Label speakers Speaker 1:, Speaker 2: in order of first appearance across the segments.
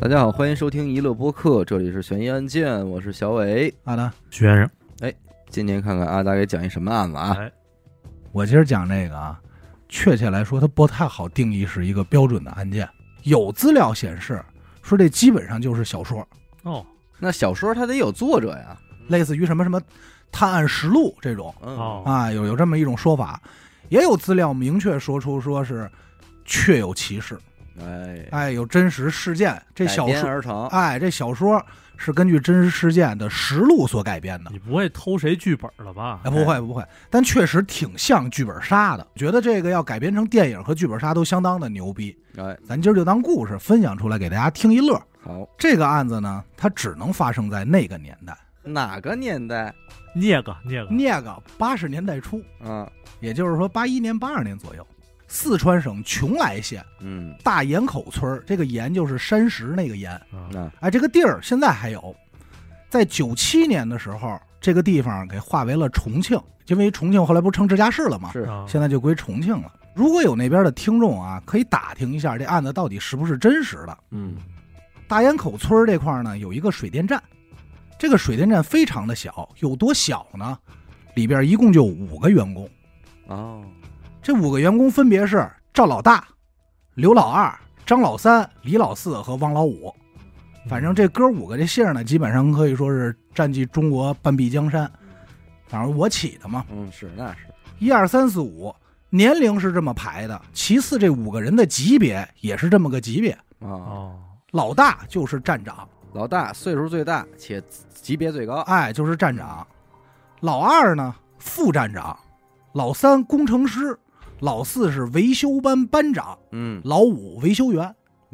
Speaker 1: 大家好，欢迎收听娱乐播客，这里是悬疑案件，我是小伟。
Speaker 2: 好的，
Speaker 3: 徐先生，
Speaker 1: 今天看看阿达给讲一什么案子啊？
Speaker 3: 哎，
Speaker 2: 我今儿讲这个啊，确切来说，它不太好定义是一个标准的案件。有资料显示，说这基本上就是小说，
Speaker 3: 哦，
Speaker 1: 那小说它得有作者呀。
Speaker 2: 类似于什么什么《探案实录》这种
Speaker 1: 嗯
Speaker 3: 哦，
Speaker 2: 啊，有有这么一种说法。也有资料明确说出，说是确有其事，
Speaker 1: 哎，
Speaker 2: 哎，有真实事件。这
Speaker 1: 改
Speaker 2: 小
Speaker 1: 编
Speaker 2: 说，
Speaker 1: 而成，
Speaker 2: 哎，这小说是根据真实事件的实录所改编的。
Speaker 3: 你不会偷谁剧本了吧？
Speaker 2: 哎，不会不会，但确实挺像剧本杀的。觉得这个要改编成电影和剧本杀都相当的牛逼。
Speaker 1: 哎，
Speaker 2: 咱今儿就当故事分享出来给大家听一乐。
Speaker 1: 好，
Speaker 2: 这个案子呢，它只能发生在那个年代，
Speaker 1: 哪个年代？
Speaker 3: 聂个聂个，
Speaker 2: 那个八十年代初，
Speaker 1: 啊，
Speaker 2: 也就是说八一年、八二年左右，四川省邛崃县
Speaker 1: 嗯，
Speaker 2: 大岩口村儿，这个岩就是山石那个岩，
Speaker 3: 啊
Speaker 1: 那
Speaker 2: 哎，这个地儿现在还有，在九七年的时候，这个地方给划为了重庆，因为重庆后来不是称直辖市了吗？
Speaker 1: 是，
Speaker 3: 啊
Speaker 2: 现在就归重庆了。如果有那边的听众啊，可以打听一下这案子到底是不是真实的。
Speaker 1: 嗯，
Speaker 2: 大烟口村儿这块儿呢，有一个水电站，这个水电站非常的小，有多小呢？里边一共就五个员工，
Speaker 1: 哦，
Speaker 2: 这五个员工分别是赵老大、刘老二、张老三、李老四和王老五。
Speaker 3: 嗯
Speaker 2: 反正这哥五个这姓儿呢，基本上可以说是占据中国半壁江山。反正我起的嘛，
Speaker 1: 嗯，是，那是，
Speaker 2: 一二三四五，年龄是这么排的。其次，这五个人的级别也是这么个级别，
Speaker 1: 啊，
Speaker 3: 哦，
Speaker 2: 老大就是站长。
Speaker 1: 老大岁数最大且级别最高，
Speaker 2: 哎，就是站长。老二呢，副站长；老三，工程师；老四是维修班班长；
Speaker 1: 嗯，
Speaker 2: 老五，维修员。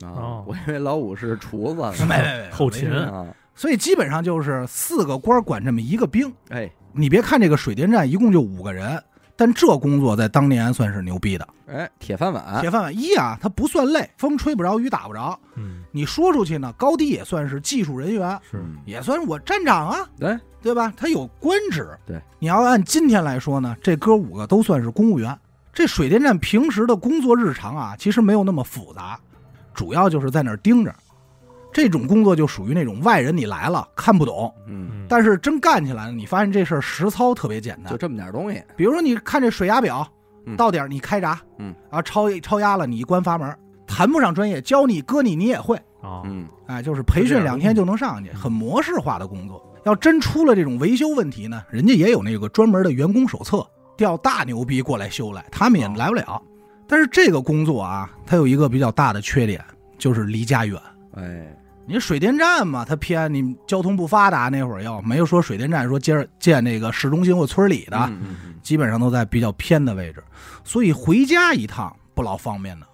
Speaker 1: 啊
Speaker 3: 哦，
Speaker 1: 我以为老五是厨子呢，
Speaker 2: 没没没，
Speaker 3: 后勤
Speaker 2: 维修员
Speaker 1: 啊，
Speaker 2: 所以基本上就是四个官儿管这么一个兵。
Speaker 1: 哎，
Speaker 2: 你别看这个水电站一共就五个人，但这工作在当年算是牛逼的。
Speaker 1: 哎，铁饭碗，
Speaker 2: 铁饭碗一啊，它不算累，风吹不着，雨打不着。
Speaker 3: 嗯，
Speaker 2: 你说出去呢，高低也算是技术人员，
Speaker 3: 是
Speaker 1: 嗯
Speaker 2: 也算是我站长啊，
Speaker 1: 哎，
Speaker 2: 对吧？他有官职。
Speaker 1: 对，
Speaker 2: 你要按今天来说呢，这哥五个都算是公务员。这水电站平时的工作日常啊，其实没有那么复杂，主要就是在那儿盯着。这种工作就属于那种外人你来了看不懂，
Speaker 1: 嗯，
Speaker 3: 嗯
Speaker 2: 但是真干起来了，你发现这事儿实操特别简单
Speaker 1: 就。这么点东
Speaker 3: 哦
Speaker 1: 西，
Speaker 2: 比如说你看这水压表
Speaker 1: 嗯，
Speaker 2: 到点儿你开闸，
Speaker 1: 嗯，
Speaker 2: 啊超超压了你一关阀门，谈不上专业，教你哥你你也会。
Speaker 3: 啊，
Speaker 1: 嗯，
Speaker 2: 哎，就是培训两天就能上去，很模式化的工作。要真出了这种维修问题呢，人家也有那个专门的员工手册，调大牛逼过来修来，他们也来不了。但是这个工作啊，它有一个比较大的缺点，就是离家远。
Speaker 1: 哎，
Speaker 2: 你水电站嘛，它偏你交通不发达，那会儿要没有说水电站说接着建那个市中心或村里的，啊
Speaker 1: 嗯嗯嗯
Speaker 2: 基本上都在比较偏的位置，所以回家一趟不老方便的。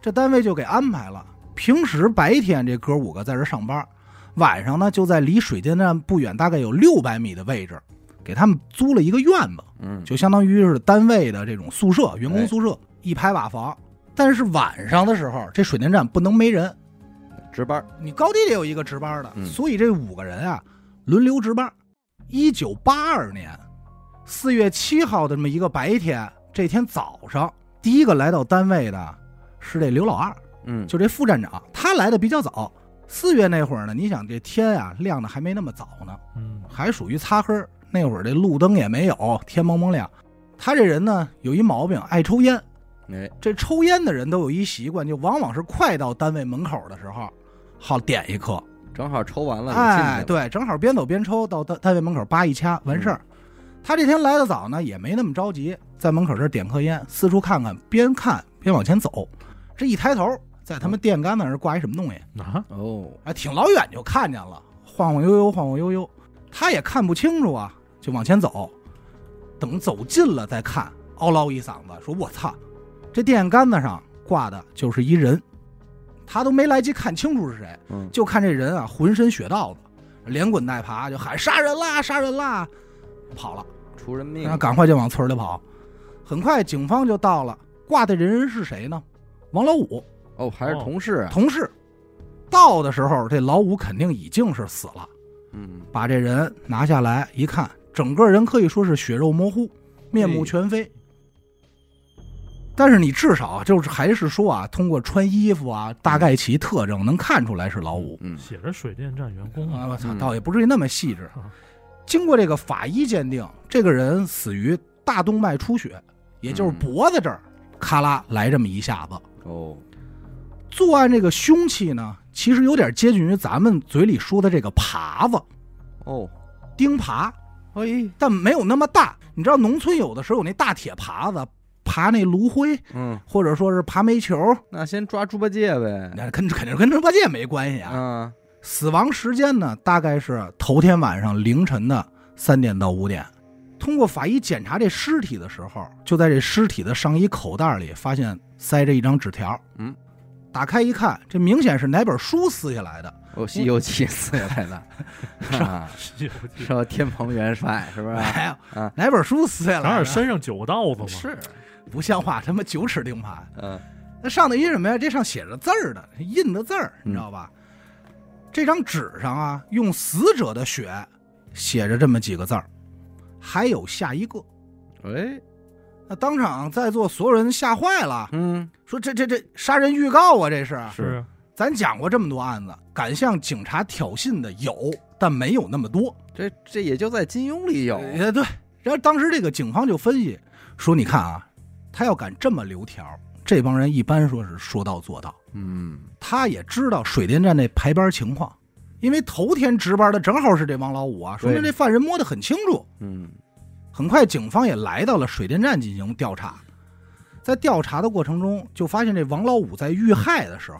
Speaker 2: 这单位就给安排了，平时白天这哥五个在这上班，晚上呢就在离水电站不远，大概有六百米的位置，给他们租了一个院子，
Speaker 1: 嗯，
Speaker 2: 就相当于是单位的这种宿舍，员工宿舍，一排瓦房。但是晚上的时候，这水电站不能没人，
Speaker 1: 值班，
Speaker 2: 你高低得有一个值班的，
Speaker 1: 嗯
Speaker 2: 所以这五个人啊轮流值班。一九八二年四月七号的这么一个白天，这天早上第一个来到单位的是这刘老二，
Speaker 1: 嗯，
Speaker 2: 就这副站长，他来的比较早。四月那会儿呢，你想这天啊亮的还没那么早呢，
Speaker 3: 嗯，
Speaker 2: 还属于擦黑儿。那会儿这路灯也没有，天蒙蒙亮。他这人呢有一毛病，爱抽烟。
Speaker 1: 哎，
Speaker 2: 这抽烟的人都有一习惯，就往往是快到单位门口的时候，好点一颗。
Speaker 1: 正好抽完了，你
Speaker 2: 哎，
Speaker 1: 进去了，
Speaker 2: 对，正好边走边抽，到单单位门口叭一掐完事儿。他这天来的早呢，也没那么着急，在门口这儿点颗烟，四处看看，边看边往前走。这一抬头，在他们电杆子那儿挂一什么东西，
Speaker 3: 啊，
Speaker 1: 哦，
Speaker 2: 哎，挺老远就看见了，晃晃悠悠，晃晃悠悠，他也看不清楚啊，就往前走。等走近了再看，嗷唠一嗓子说：“我操！”这电线杆子上挂的就是一人，他都没来及看清楚是谁，
Speaker 1: 嗯，
Speaker 2: 就看这人啊，浑身血道子，连滚带爬就喊杀人啦，杀人啦，跑了，
Speaker 1: 出人命
Speaker 2: 然后，赶快就往村里跑。很快，警方就到了，挂的这人是谁呢？王老五
Speaker 1: 哦，还是同事啊，
Speaker 2: 同事。到的时候，这老五肯定已经是死了。
Speaker 1: 嗯，
Speaker 2: 把这人拿下来一看，整个人可以说是血肉模糊，面目全非。但是你至少就是还是说啊，通过穿衣服啊，大概其特征能看出来是老五。
Speaker 1: 嗯
Speaker 3: 写着水电站员工
Speaker 2: 啊，
Speaker 3: 啊，
Speaker 2: 我操，
Speaker 1: 嗯
Speaker 2: 倒也不至于那么细致。 经过这个法医鉴定，这个人死于大动脉出血，也就是
Speaker 1: 嗯
Speaker 2: 脖子这儿咔啦来这么一下子。
Speaker 1: 哦，
Speaker 2: 作案这个凶器呢，其实有点接近于咱们嘴里说的这个耙子、
Speaker 1: 哦，
Speaker 2: 钉耙，
Speaker 1: 哎，
Speaker 2: 但没有那么大。你知道，农村有的时候有那大铁耙子，耙那炉灰，
Speaker 1: 嗯，
Speaker 2: 或者说是耙煤球，
Speaker 1: 那先抓猪八戒呗。
Speaker 2: 那跟肯定跟猪八戒没关系啊。
Speaker 1: 啊，
Speaker 2: 死亡时间呢，大概是头天晚上凌晨的三点到五点。通过法医检查这尸体的时候，就在这尸体的上衣口袋里发现塞着一张纸条。
Speaker 1: 嗯，
Speaker 2: 打开一看，这明显是哪本书撕下来的。
Speaker 1: 我《哦西游记》撕下来 的，啊，
Speaker 3: 西游记
Speaker 1: 受天蓬元帅是不是？
Speaker 2: 哎呀，
Speaker 1: 啊
Speaker 2: 哪本书撕下
Speaker 3: 哪
Speaker 2: 来
Speaker 3: 有
Speaker 2: 的？
Speaker 3: 身上九个道子嘛？》，
Speaker 1: 是，
Speaker 2: 不像话，他妈九尺钉耙。
Speaker 1: 嗯，
Speaker 2: 那上头印什么呀？这上写着字儿的，印的字儿，你知道吧？这张纸上啊，用死者的血写着这么几个字儿，还有下一个。
Speaker 1: 哎，
Speaker 2: 那当场在座所有人吓坏了，
Speaker 1: 嗯，
Speaker 2: 说这这这杀人预告啊，这是。
Speaker 1: 是，
Speaker 2: 咱讲过这么多案子，敢向警察挑衅的有，但没有那么多。
Speaker 1: 这这也就在金庸里有，
Speaker 2: 呃，对。然后当时这个警方就分析说，你看啊，他要敢这么留条，这帮人一般说是说到做到。
Speaker 1: 嗯，
Speaker 2: 他也知道水电站那排班情况，因为头天值班的正好是这王老五啊，说明
Speaker 1: 对
Speaker 2: 这犯人摸得很清楚。
Speaker 1: 嗯，
Speaker 2: 很快，警方也来到了水电站进行调查。在调查的过程中，就发现这王老五在遇害的时候，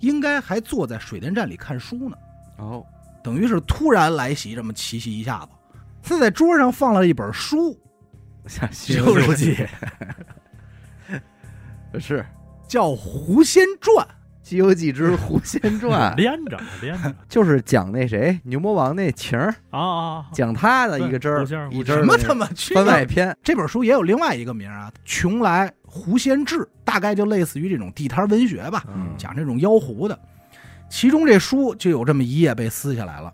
Speaker 2: 应该还坐在水电站里看书呢，
Speaker 1: 哦，
Speaker 2: 等于是突然来袭，这么奇袭一下子。他在桌上放了一本书，
Speaker 1: 像《西
Speaker 2: 就
Speaker 1: 游
Speaker 2: 是
Speaker 1: 记》是《
Speaker 2: 叫《狐仙传
Speaker 1: 西游记之狐仙传
Speaker 2: 哎
Speaker 3: 连着连 着
Speaker 1: 就是讲那谁牛魔王那情儿，
Speaker 3: 啊啊啊！
Speaker 1: 讲他的一个针
Speaker 3: 对
Speaker 1: 儿
Speaker 3: 狐仙儿，
Speaker 1: 一
Speaker 3: 狐
Speaker 1: 针》，
Speaker 3: 仙
Speaker 2: 什
Speaker 1: 儿
Speaker 2: 么
Speaker 1: 的
Speaker 2: 他妈去啊
Speaker 1: 番外篇，
Speaker 2: 这本书也有另外一个名儿啊，《邛崃狐仙志》，大概就类似于这种地摊文学吧。
Speaker 1: 嗯
Speaker 2: 讲这种妖狐的。其中这书就有这么一页被撕下来了，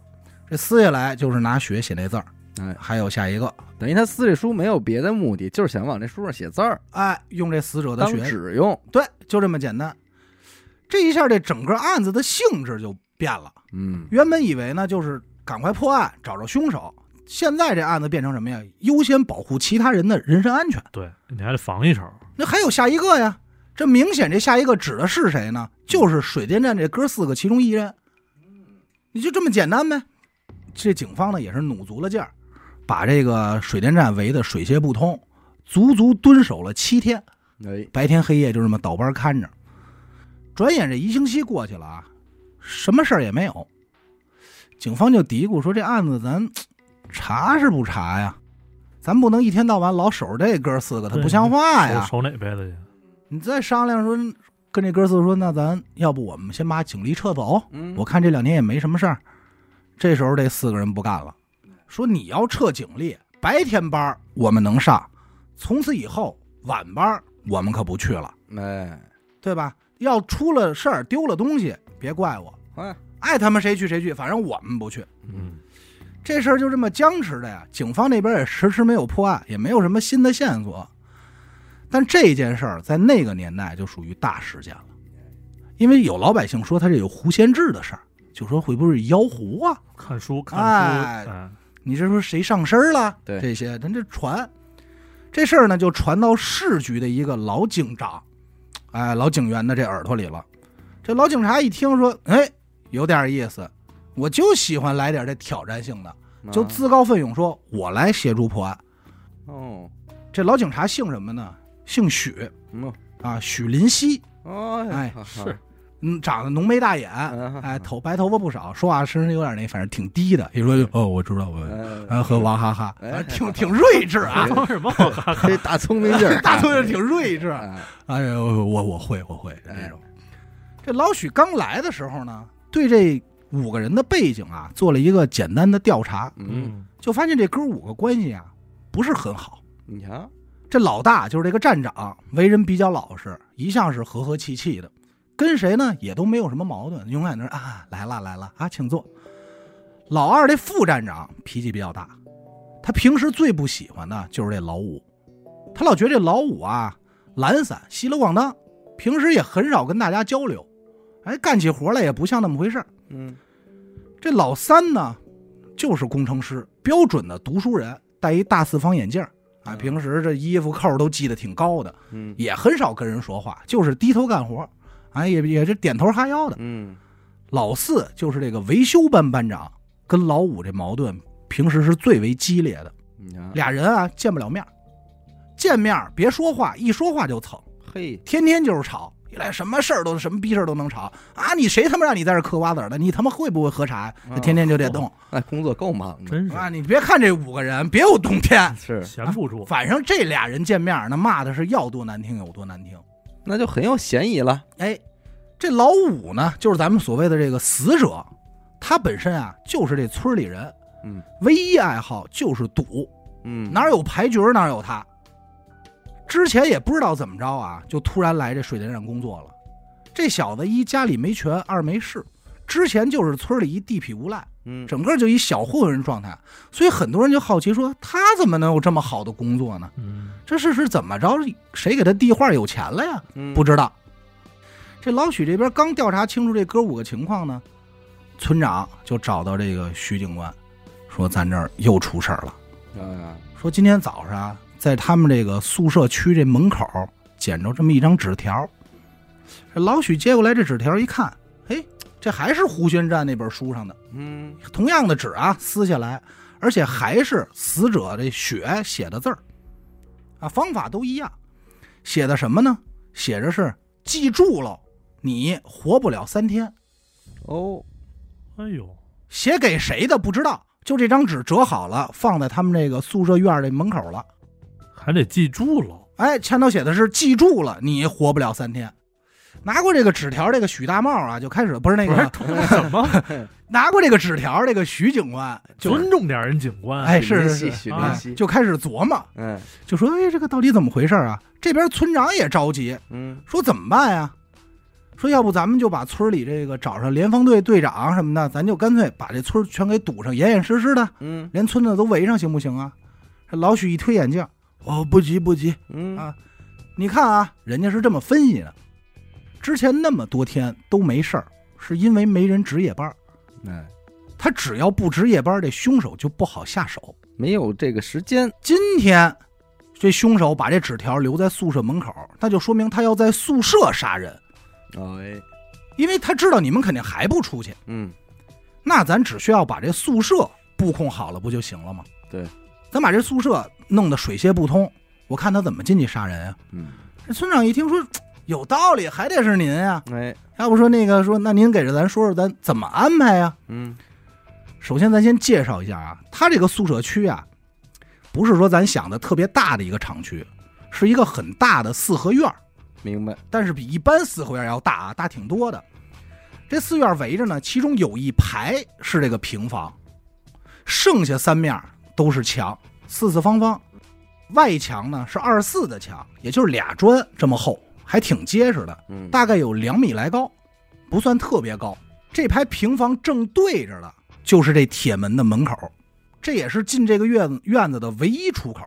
Speaker 2: 这撕下来就是拿血写那字儿。
Speaker 1: 哎
Speaker 2: 还有下一个，
Speaker 1: 等于他撕这书没有别的目的，就是想往这书上写字儿，
Speaker 2: 哎，用这死者的
Speaker 1: 当
Speaker 2: 血，
Speaker 1: 纸用。
Speaker 2: 对，就这么简单。这一下，这整个案子的性质就变了。
Speaker 1: 嗯，
Speaker 2: 原本以为呢，就是赶快破案，找着凶手。现在这案子变成什么呀？优先保护其他人的人身安全。
Speaker 3: 对，你还得防一手。
Speaker 2: 那还有下一个呀？这明显这下一个指的是谁呢？就是水电站这哥四个其中一人。你就这么简单呗？这警方呢也是努足了劲儿，把这个水电站围得水泄不通，足足蹲守了七天，
Speaker 1: 哎，
Speaker 2: 白天黑夜就这么倒班看着。转眼这一星期过去了啊，什么事儿也没有。警方就嘀咕说：“这案子咱查是不查呀？咱不能一天到晚老守着这哥四个，他
Speaker 3: 对
Speaker 2: 不像话
Speaker 3: 手
Speaker 2: 哎呀。”
Speaker 3: 手哪辈子去？
Speaker 2: 你再商量说，跟这哥四说，那咱要不我们先把警力撤走？
Speaker 1: 嗯，
Speaker 2: 我看这两天也没什么事儿。这时候这四个人不干了，说你要撤警力，白天班儿我们能上，从此以后晚班儿我们可不去了，
Speaker 1: 哎，
Speaker 2: 对吧？要出了事儿丢了东西，别怪我，
Speaker 1: 哎，
Speaker 2: 爱他们谁去谁去，反正我们不去。
Speaker 3: 嗯，
Speaker 2: 这事儿就这么僵持着呀，警方那边也迟迟没有破案，也没有什么新的线索。但这件事儿在那个年代就属于大事件了，因为有老百姓说他这有狐仙志的事儿，就说会不会是妖狐啊？
Speaker 3: 嗯看书看
Speaker 2: 哎
Speaker 3: 书，哎，
Speaker 2: 你这说谁上身了？
Speaker 1: 对
Speaker 2: 这些咱这传，这事儿呢就传到市局的一个老警长，哎，老警员的这耳朵里了。这老警察一听说，哎，有点意思，我就喜欢来点这挑战性的。就
Speaker 1: 啊
Speaker 2: 自告奋勇说：“我来协助破案。
Speaker 1: 哦，”
Speaker 2: 这老警察姓什么呢？姓许
Speaker 1: 嗯，
Speaker 2: 啊，许林熙。
Speaker 1: 哦，
Speaker 2: 哎
Speaker 1: 好
Speaker 3: 是，
Speaker 2: 嗯，长得浓眉大眼，
Speaker 1: 嗯
Speaker 2: 哎，头白头发不少，说话声音有点那，反正挺低的。一说
Speaker 1: 嗯
Speaker 2: 就哦，我知道，我
Speaker 1: 哎
Speaker 2: 哎和娃哈哈，
Speaker 1: 哎
Speaker 2: 反正挺挺睿智 啊，，
Speaker 3: 啊，什么好看？
Speaker 1: 这大聪明劲儿
Speaker 2: 大头也挺睿智。
Speaker 1: 哎
Speaker 2: 哎呦，我我会我会
Speaker 1: 哎
Speaker 2: 这种。这老许刚来的时候呢，对这五个人的背景啊做了一个简单的调查，
Speaker 1: 嗯，
Speaker 3: 嗯，
Speaker 2: 就发现这哥五个关系啊不是很好。
Speaker 1: 你瞧，
Speaker 2: 这老大就是这个站长，为人比较老实，一向是和和气气的，跟谁呢也都没有什么矛盾，永远都是啊来了来了啊，请坐。老二这副站长脾气比较大，他平时最不喜欢的就是这老五，他老觉得这老五啊懒散、稀里咣当，平时也很少跟大家交流，哎，干起活来也不像那么回事儿。
Speaker 1: 嗯
Speaker 2: 这老三呢，就是工程师，标准的读书人，戴一大四方眼镜儿啊，
Speaker 1: 嗯
Speaker 2: 平时这衣服扣儿都系得挺高的，
Speaker 1: 嗯
Speaker 2: 也很少跟人说话，就是低头干活，哎，也也是点头哈腰的。
Speaker 1: 嗯
Speaker 2: 老四就是这个维修班班长，跟老五这矛盾平时是最为激烈的，
Speaker 1: 你看
Speaker 2: 俩人啊见不了面儿，见面儿别说话，一说话就蹭，
Speaker 1: 嘿，
Speaker 2: 天天就是吵。一来什么事儿都什么逼事儿都能吵啊！你谁他妈让你在这儿嗑瓜子儿的？你他妈会不会喝茶呀？
Speaker 1: 啊
Speaker 2: 就天天就得动。
Speaker 1: 那工作够忙的，
Speaker 3: 真
Speaker 2: 啊，
Speaker 3: 是
Speaker 2: 你别看这五个人别有 洞天，
Speaker 1: 是，
Speaker 3: 闲不住，
Speaker 2: 反正这俩人见面儿那骂的是要多难听有多难听。
Speaker 1: 那就很有嫌疑了。
Speaker 2: 哎，这老五呢，就是咱们所谓的这个死者，他本身啊就是这村里人，
Speaker 1: 嗯，
Speaker 2: 唯一爱好就是赌，
Speaker 1: 嗯，
Speaker 2: 哪有牌局儿哪有他。之前也不知道怎么着啊，就突然来这水电站工作了。这小子一家里没权，二没势，之前就是村里一地痞无赖，
Speaker 1: 嗯
Speaker 2: 整个就一小混混状态，所以很多人就好奇说他怎么能有这么好的工作呢？
Speaker 3: 嗯，
Speaker 2: 这是是怎么着？谁给他递话有钱了呀？
Speaker 1: 嗯
Speaker 2: 不知道。这老许这边刚调查清楚这哥五个情况呢，村长就找到这个徐警官，说咱这儿又出事儿了。
Speaker 1: 啊，
Speaker 2: 说今天早上啊，在他们这个宿舍区这门口捡着这么一张纸条。这老许接过来这纸条一看，哎，这还是胡宣战那本书上的，
Speaker 1: 嗯
Speaker 2: 同样的纸啊，撕下来，而且还是死者这血写的字儿，啊，方法都一样，写的什么呢？写着是记住喽，你活不了三天。
Speaker 1: 哦，
Speaker 3: 哎呦，
Speaker 2: 写给谁的不知道，就这张纸折好了，放在他们这个宿舍院儿这门口了。
Speaker 3: 还得记住喽，
Speaker 2: 哎，前头写的是记住了，你活不了三天。拿过这个纸条，这个许大茂啊，就开始不是那
Speaker 3: 不是
Speaker 2: 个
Speaker 3: 图什么？
Speaker 2: 拿过这个纸条，这个许警官就
Speaker 3: 尊重点人警官，
Speaker 2: 哎是是
Speaker 1: 许林
Speaker 2: 是
Speaker 1: 夕许
Speaker 3: 啊
Speaker 1: 林
Speaker 2: 哎
Speaker 1: 夕，
Speaker 2: 就开始琢磨，
Speaker 1: 嗯
Speaker 2: 就说哎这个到底怎么回事啊？这边村长也着急，
Speaker 1: 嗯
Speaker 2: 说怎么办呀？说要不咱们就把村里这个找上联防队队长什么的，咱就干脆把这村儿全给堵上，严严实实的，
Speaker 1: 嗯
Speaker 2: 连村子都围上，行不行啊？这老许一推眼镜，哦，不急不急，
Speaker 1: 嗯
Speaker 2: 啊你看啊，人家是这么分析的：之前那么多天都没事儿，是因为没人值夜班儿。
Speaker 1: 哎，
Speaker 2: 他只要不值夜班儿，这凶手就不好下手。
Speaker 1: 没有这个时间，
Speaker 2: 今天这凶手把这纸条留在宿舍门口，那就说明他要在宿舍杀人，
Speaker 1: 哎，
Speaker 2: 因为他知道你们肯定还不出去。
Speaker 1: 嗯
Speaker 2: 那咱只需要把这宿舍布控好了，不就行了吗？
Speaker 1: 对，
Speaker 2: 咱把这宿舍弄得水泄不通，我看他怎么进去杀人啊？
Speaker 1: 嗯，
Speaker 2: 这村长一听说有道理，还得是您呀、
Speaker 1: 哎，
Speaker 2: 要不说那个说，那您给着咱说说咱怎么安排啊呀、
Speaker 1: 嗯
Speaker 2: 首先，咱先介绍一下啊，他这个宿舍区啊，不是说咱想的特别大的一个厂区，是一个很大的四合院儿，
Speaker 1: 明白，
Speaker 2: 但是比一般四合院儿要大啊，大挺多的。这四院儿围着呢，其中有一排是这个平房，剩下三面儿都是墙，四四方方。外墙呢是二四的墙，也就是俩砖这么厚，还挺结实的。
Speaker 1: 嗯
Speaker 2: 大概有两米来高，不算特别高。这排平房正对着的就是这铁门的门口，这也是进这个院子院子的唯一出口。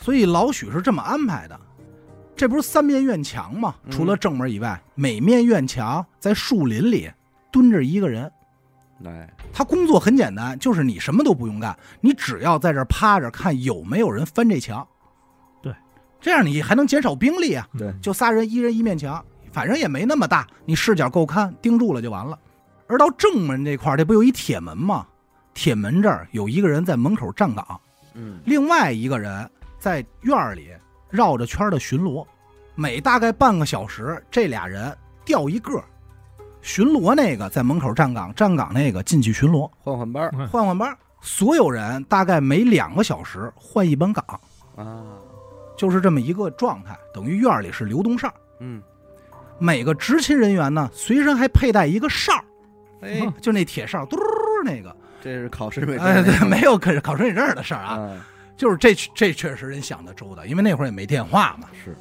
Speaker 2: 所以老许是这么安排的，这不是三面院墙吗？
Speaker 1: 嗯
Speaker 2: 除了正门以外，每面院墙在树林里蹲着一个人。
Speaker 1: 哎，
Speaker 2: 他工作很简单，就是你什么都不用干，你只要在这儿趴着看有没有人翻这墙。
Speaker 3: 对，
Speaker 2: 这样你还能减少兵力啊。
Speaker 1: 对
Speaker 2: 就仨人，一人一面墙，反正也没那么大，你视角够看，盯住了就完了。而到正门这块儿，这不有一铁门吗？铁门这儿有一个人在门口站岗，
Speaker 1: 嗯
Speaker 2: 另外一个人在院儿里绕着圈儿的巡逻，每大概半个小时，这俩人调一个。巡逻那个在门口站岗，站岗那个进去巡逻，
Speaker 1: 换换班儿
Speaker 3: 嗯
Speaker 2: 换换班儿。所有人大概每两个小时换一班岗，
Speaker 1: 啊，
Speaker 2: 就是这么一个状态，等于院儿里是流动哨。
Speaker 1: 嗯，
Speaker 2: 每个执勤人员呢，随身还佩戴一个哨儿，
Speaker 1: 哎，
Speaker 2: 就那铁哨，嘟嘟嘟那个。
Speaker 1: 这是考试没准
Speaker 2: 哎，
Speaker 1: 儿
Speaker 2: 对，没有考考准你证的事儿啊，
Speaker 1: 啊，
Speaker 2: 就是这这确实人想的周到，因为那会儿也没电话嘛。
Speaker 1: 是，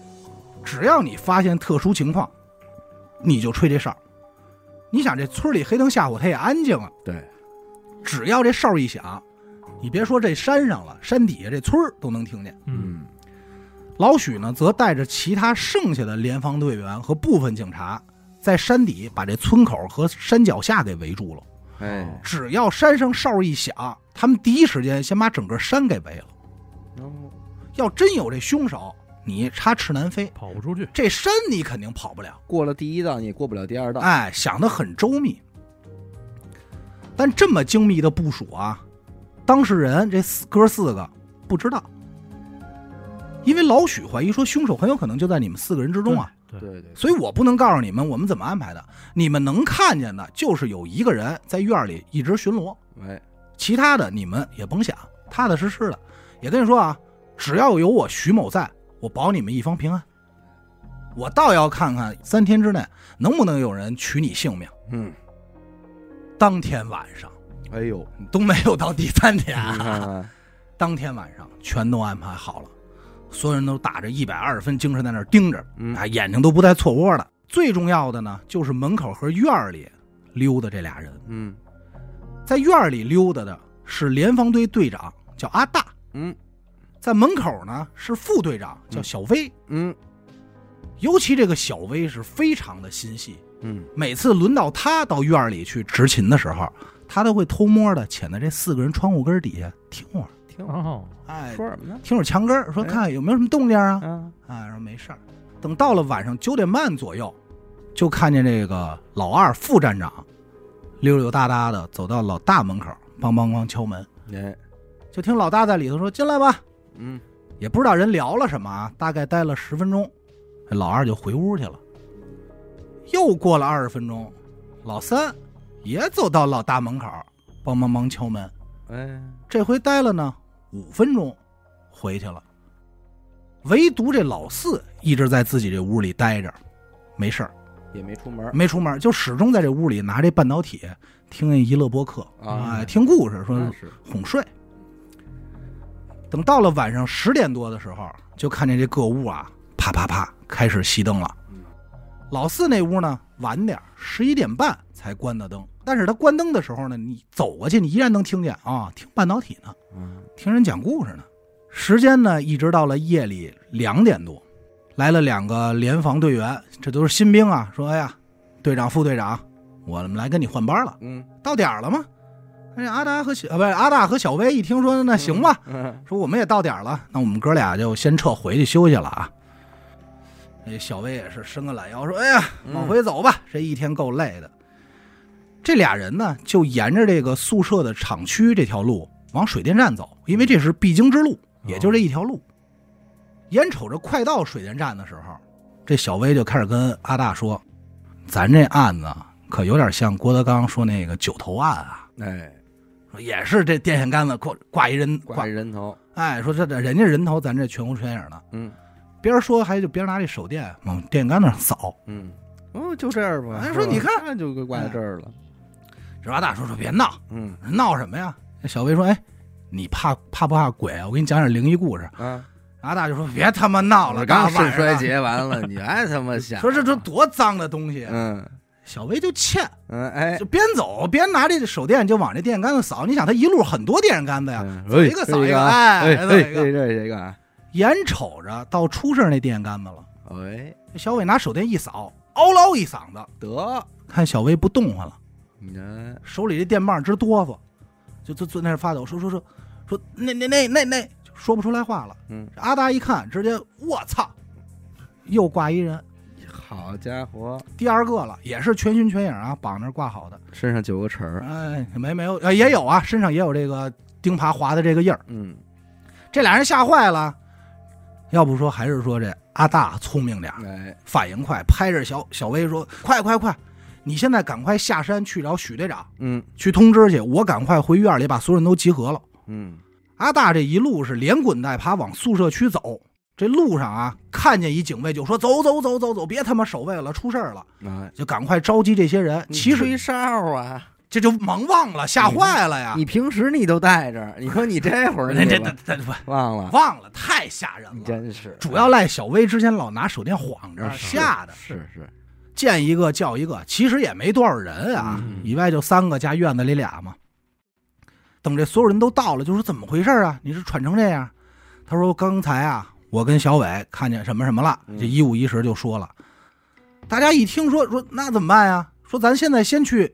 Speaker 2: 只要你发现特殊情况，你就吹这哨儿。你想这村里黑灯瞎火，它也安静啊。
Speaker 1: 对，
Speaker 2: 只要这哨儿一响，你别说这山上了，山底下这村儿都能听见。
Speaker 3: 嗯，
Speaker 2: 老许呢，则带着其他剩下的联防队员和部分警察，在山底把这村口和山脚下给围住了。
Speaker 1: 哎，
Speaker 2: 只要山上哨一响，他们第一时间先把整个山给围了。
Speaker 1: 哦
Speaker 2: 要真有这凶手，你插翅难飞，
Speaker 3: 跑不出去，
Speaker 2: 这山你肯定跑不了。
Speaker 1: 过了第一道你也过不了第二道，
Speaker 2: 哎，想得很周密。但这么精密的部署啊，当事人这四哥四个不知道，因为老许怀疑说凶手很有可能就在你们四个人之中啊，
Speaker 3: 对，对，
Speaker 1: 对对，
Speaker 2: 所以我不能告诉你们我们怎么安排的。你们能看见的就是有一个人在院里一直巡逻，
Speaker 1: 哎，
Speaker 2: 其他的你们也甭想，踏踏实实的。也跟你说啊，只要有我徐某在，我保你们一方平安。我倒要看看三天之内能不能有人取你性命。
Speaker 1: 嗯，
Speaker 2: 当天晚上
Speaker 1: 哎呦，
Speaker 2: 都没有到第三天
Speaker 1: 你看
Speaker 2: 啊，
Speaker 1: 看，
Speaker 2: 当天晚上全都安排好了，所有人都打着一百二十分精神在那儿盯着，
Speaker 1: 嗯，
Speaker 2: 啊，眼睛都不带错窝的。最重要的呢，就是门口和院儿里溜达这俩人，
Speaker 1: 嗯
Speaker 2: 在院儿里溜达的是联防队队长叫阿大，
Speaker 1: 嗯
Speaker 2: 在门口呢是副队长叫小薇，
Speaker 1: 嗯
Speaker 2: 尤其这个小薇是非常的心细，
Speaker 1: 嗯，
Speaker 2: 每次轮到他到院儿里去执勤的时候，他都会偷摸的潜在这四个人窗户根儿底下听会儿，
Speaker 1: 挺好，
Speaker 3: 哦，
Speaker 2: 哎，
Speaker 1: 说什么呢？
Speaker 2: 听会儿墙根儿，说
Speaker 1: 哎
Speaker 2: 看看有没有什么动静啊？
Speaker 1: 啊，
Speaker 2: 啊，说没事儿。等到了晚上九点半左右，就看见这个老二副站长溜溜达达的走到老大门口，梆梆梆敲门，
Speaker 1: 哎，
Speaker 2: 就听老大在里头说：“进来吧。
Speaker 1: 嗯，”
Speaker 2: 也不知道人聊了什么啊，大概待了十分钟，老二就回屋去了。又过了二十分钟，老三也走到老大门口，梆梆梆敲门。
Speaker 1: 哎，
Speaker 2: 这回待了呢五分钟，回去了。唯独这老四一直在自己这屋里待着，没事儿，
Speaker 1: 也没出门儿
Speaker 2: 没出门，就始终在这屋里拿这半导体听那娱乐播客
Speaker 1: 啊
Speaker 2: 哎听故事，说
Speaker 1: 那是，
Speaker 2: 哄睡。等到了晚上十点多的时候，就看见这各屋啊，啪啪啪开始熄灯了
Speaker 1: 嗯。
Speaker 2: 老四那屋呢晚点儿，十一点半才关的灯，但是他关灯的时候呢，你走过去，你依然能听见啊，听半导体呢。
Speaker 1: 嗯
Speaker 2: 听人讲故事呢。时间呢，一直到了夜里两点多，来了两个联防队员，这都是新兵啊，说：“哎呀，队长、副队长，我们来跟你换班了，
Speaker 1: 嗯，
Speaker 2: 到点儿了吗？”哎，阿达和小啊，不是阿大和小薇一听说，那行吧，
Speaker 1: 嗯，
Speaker 2: 说我们也到点儿了，那我们哥俩就先撤回去休息了啊。那小薇也是伸个懒腰，说：“哎呀，往回走吧，这一天够累的。”这俩人呢，就沿着这个宿舍的厂区这条路往水电站走，因为这是必经之路，也就这一条路。眼瞅着快到水电站的时候，这小薇就开始跟阿大说：“咱这案子可有点像郭德纲说那个九头案啊，
Speaker 1: 哎，
Speaker 2: 说也是这电线杆子挂挂一人
Speaker 1: 挂一人头，
Speaker 2: 哎，说这这人家人头，咱这全无全影的。
Speaker 1: 嗯
Speaker 2: 边说还就边拿这手电往电线杆子上扫。
Speaker 1: 嗯，哦，就这样吧。
Speaker 2: 哎
Speaker 1: 是
Speaker 2: 说
Speaker 1: 吧
Speaker 2: 你看，
Speaker 1: 就给挂在这 儿了。
Speaker 2: 这阿大叔说别闹，
Speaker 1: 嗯
Speaker 2: 闹什么呀？那小薇说，哎，你怕怕不怕鬼啊？我给你讲点灵异故事。
Speaker 1: 啊，
Speaker 2: 阿大就说别他妈闹了，
Speaker 1: 我刚
Speaker 2: 大晚
Speaker 1: 肾
Speaker 2: 上
Speaker 1: 衰
Speaker 2: 的。
Speaker 1: 竭完了，你还他 妈想
Speaker 2: 说这这多脏的东西，啊
Speaker 1: 嗯
Speaker 2: 小薇就欠，
Speaker 1: 嗯，哎
Speaker 2: 就，边走边拿这手电就往这电线杆子扫。你想，他一路很多电线杆子
Speaker 1: 嗯
Speaker 2: 呀，走一个扫一个，哎，
Speaker 1: 哎，
Speaker 2: 来走
Speaker 1: 这
Speaker 2: 一个，
Speaker 1: 这一个啊，
Speaker 2: 眼瞅着到出事儿那电线杆子了，
Speaker 1: 哎，
Speaker 2: 这小伟拿手电一扫，嗷唠一嗓子，
Speaker 1: 得，
Speaker 2: 看小薇不动弹了。
Speaker 1: 你看，
Speaker 2: 手里这电棒直哆嗦，就就就在那儿发抖，说说说说那那那那那，就说不出来话了。
Speaker 1: 嗯，
Speaker 2: 阿达一看，直接我操，又挂一人，
Speaker 1: 好家伙，
Speaker 2: 第二个了，也是全心全影啊，绑那儿挂好的。
Speaker 1: 身上九个齿儿，
Speaker 2: 哎，没没有，呃也有啊，身上也有这个钉耙划的这个印儿。
Speaker 1: 嗯，
Speaker 2: 这俩人吓坏了，要不说还是说这阿大聪明点儿，
Speaker 1: 哎，
Speaker 2: 反应快，拍着小小薇说：“快快快，你现在赶快下山去找许队长，
Speaker 1: 嗯
Speaker 2: 去通知去，我赶快回院里把所有人都集合了。”
Speaker 1: 嗯，
Speaker 2: 阿大这一路是连滚带爬往宿舍区走，这路上啊，看见一警卫就说：“走走走走走，别他妈守卫了，出事儿了，
Speaker 1: 哎，
Speaker 2: 就赶快召集这些人。”其实
Speaker 1: 哨啊，
Speaker 2: 这就忙忘了，吓坏了呀！
Speaker 1: 你平时你都带着，你说你这会 儿
Speaker 2: 这啊这
Speaker 1: 吧
Speaker 2: 这这
Speaker 1: 忘了，
Speaker 2: 忘了，太吓人
Speaker 1: 你
Speaker 2: 了。
Speaker 1: 真是，
Speaker 2: 主要赖小薇之前老拿手电晃着，
Speaker 3: 啊是
Speaker 2: 吓的
Speaker 1: 是是，
Speaker 2: 见一个叫一个，其实也没多少人啊
Speaker 1: 嗯，
Speaker 2: 以外就三个加院子里俩嘛。等这所有人都到了，就说怎么回事啊？你是喘成这样？他说刚才啊，我跟小伟看见什么什么了，
Speaker 1: 嗯
Speaker 2: 这一五一十就说了。大家一听说说那怎么办呀？说咱现在先去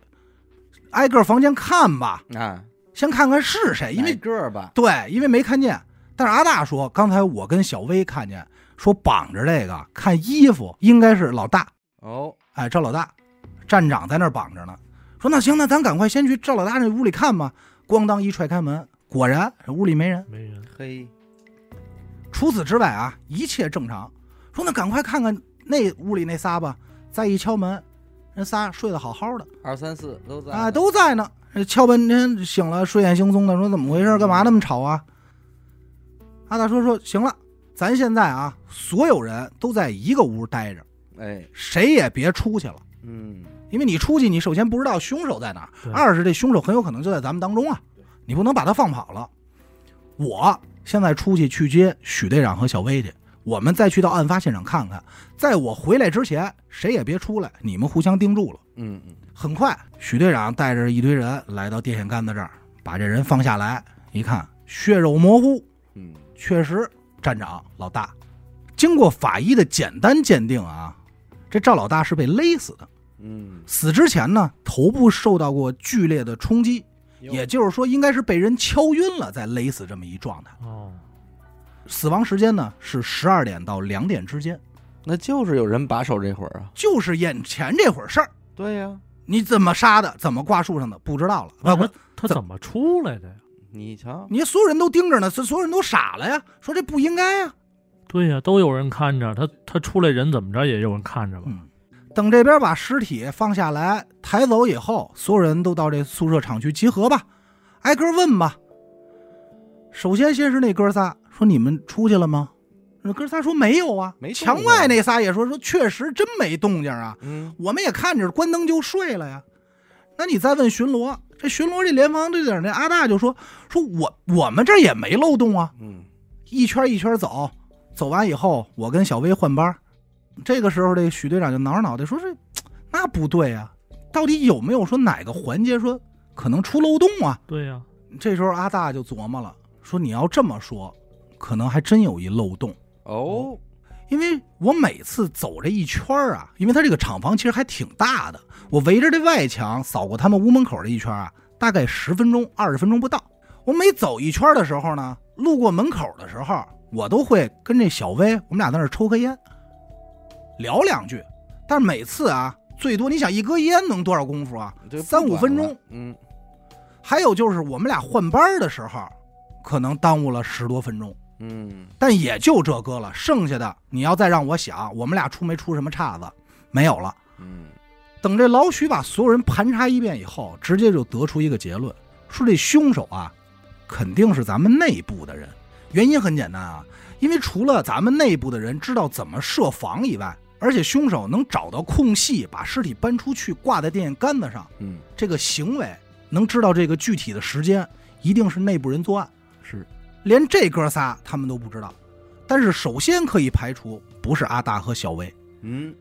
Speaker 2: 挨个房间看吧，
Speaker 1: 啊，
Speaker 2: 先看看是谁，因为
Speaker 1: 哪个儿吧，
Speaker 2: 对，因为没看见。但是阿大说，刚才我跟小薇看见，说绑着这个，看衣服应该是老大，
Speaker 1: 哦，
Speaker 2: 哎，赵老大，站长在那儿绑着呢。说那行，那咱赶快先去赵老大那屋里看吧。咣当一踹开门，果然屋里没人。
Speaker 3: 没人，
Speaker 1: 嘿，
Speaker 2: 除此之外啊，一切正常。说那赶快看看那屋里那仨吧。再一敲门，人仨睡得好好的
Speaker 1: 二三四都在
Speaker 2: 啊，都在呢。敲半天醒了，睡眼惺忪的，说怎么回事？干嘛那么吵啊？阿大说说行了，咱现在啊，所有人都在一个屋待着，
Speaker 1: 哎，
Speaker 2: 谁也别出去了。
Speaker 1: 嗯，
Speaker 2: 因为你出去，你首先不知道凶手在哪
Speaker 3: 对
Speaker 2: 儿，二是这凶手很有可能就在咱们当中啊，你不能把他放跑了。我现在出去去接许队长和小薇去，我们再去到案发现场看看。在我回来之前，谁也别出来，你们互相盯住了。
Speaker 1: 嗯嗯，
Speaker 2: 很快，许队长带着一堆人来到电线杆子这儿，把这人放下来，一看血肉模糊，
Speaker 1: 嗯，
Speaker 2: 确实，站长老大，经过法医的简单鉴定啊，这赵老大是被勒死的。
Speaker 1: 嗯，
Speaker 2: 死之前呢，头部受到过剧烈的冲击，也就是说，应该是被人敲晕了，再勒死这么一状态。
Speaker 3: 哦，
Speaker 2: 死亡时间呢是十二点到两点之间，
Speaker 1: 那就是有人把守这会儿啊，
Speaker 2: 就是眼前这会儿事儿。
Speaker 1: 对呀，
Speaker 2: 你怎么杀的？怎么挂树上的？不知道了。不
Speaker 3: 他
Speaker 2: 不，
Speaker 3: 他
Speaker 2: 怎
Speaker 3: 怎么出来的呀？
Speaker 1: 你瞧，
Speaker 2: 你所有人都盯着呢，所所有人都傻了呀，说这不应该啊呀。
Speaker 3: 对呀，都有人看着他，他出来人怎么着也有人看着吧？
Speaker 2: 嗯，等这边把尸体放下来抬走以后，所有人都到这宿舍厂区集合吧，挨个问吧。首先先是那哥仨说：“你们出去了吗？”那哥仨说：“没有啊。”
Speaker 1: 没动静啊
Speaker 2: 墙外那仨也说：“说确实真没动静啊，
Speaker 1: 嗯，
Speaker 2: 我们也看着关灯就睡了呀。”那你再问巡逻，这巡逻这联防队长这阿大就说：“说我我们这儿也没漏洞啊。”
Speaker 1: 嗯，
Speaker 2: 一圈一圈走，走完以后，我跟小薇换班儿。这个时候，这许队长就挠着脑袋说：“这那不对啊，到底有没有说哪个环节说可能出漏洞啊
Speaker 3: 对呀，？”
Speaker 2: 这时候阿大就琢磨了，说：“你要这么说，可能还真有一漏洞，
Speaker 1: 哦，
Speaker 2: 因为我每次走这一圈儿啊，因为它这个厂房其实还挺大的，我围着这外墙扫过他们屋门口这一圈儿啊，大概十分钟、二十分钟不到。我每走一圈儿的时候呢，路过门口的时候，我都会跟这小薇，我们俩在那儿抽颗烟，聊两句。但是每次啊，最多你想一根烟能多少功夫啊？
Speaker 1: 这不
Speaker 2: 三五
Speaker 1: 管
Speaker 2: 分
Speaker 1: 了
Speaker 2: 钟。，
Speaker 1: 嗯，
Speaker 2: 还有就是我们俩换班儿的时候，可能耽误了十多分钟。
Speaker 1: 嗯，
Speaker 2: 但也就这哥了，剩下的你要再让我想，我们俩出没出什么岔子？没有了。
Speaker 1: 嗯，
Speaker 2: 等这老许把所有人盘查一遍以后，直接就得出一个结论，说这凶手啊，肯定是咱们内部的人。原因很简单啊，因为除了咱们内部的人知道怎么设防以外，而且凶手能找到空隙把尸体搬出去挂在电线杆子上，
Speaker 1: 嗯，
Speaker 2: 这个行为能知道这个具体的时间，一定是内部人作案。
Speaker 1: 是，
Speaker 2: 连这哥仨他们都不知道。但是首先可以排除不是阿大和小薇，
Speaker 1: 嗯，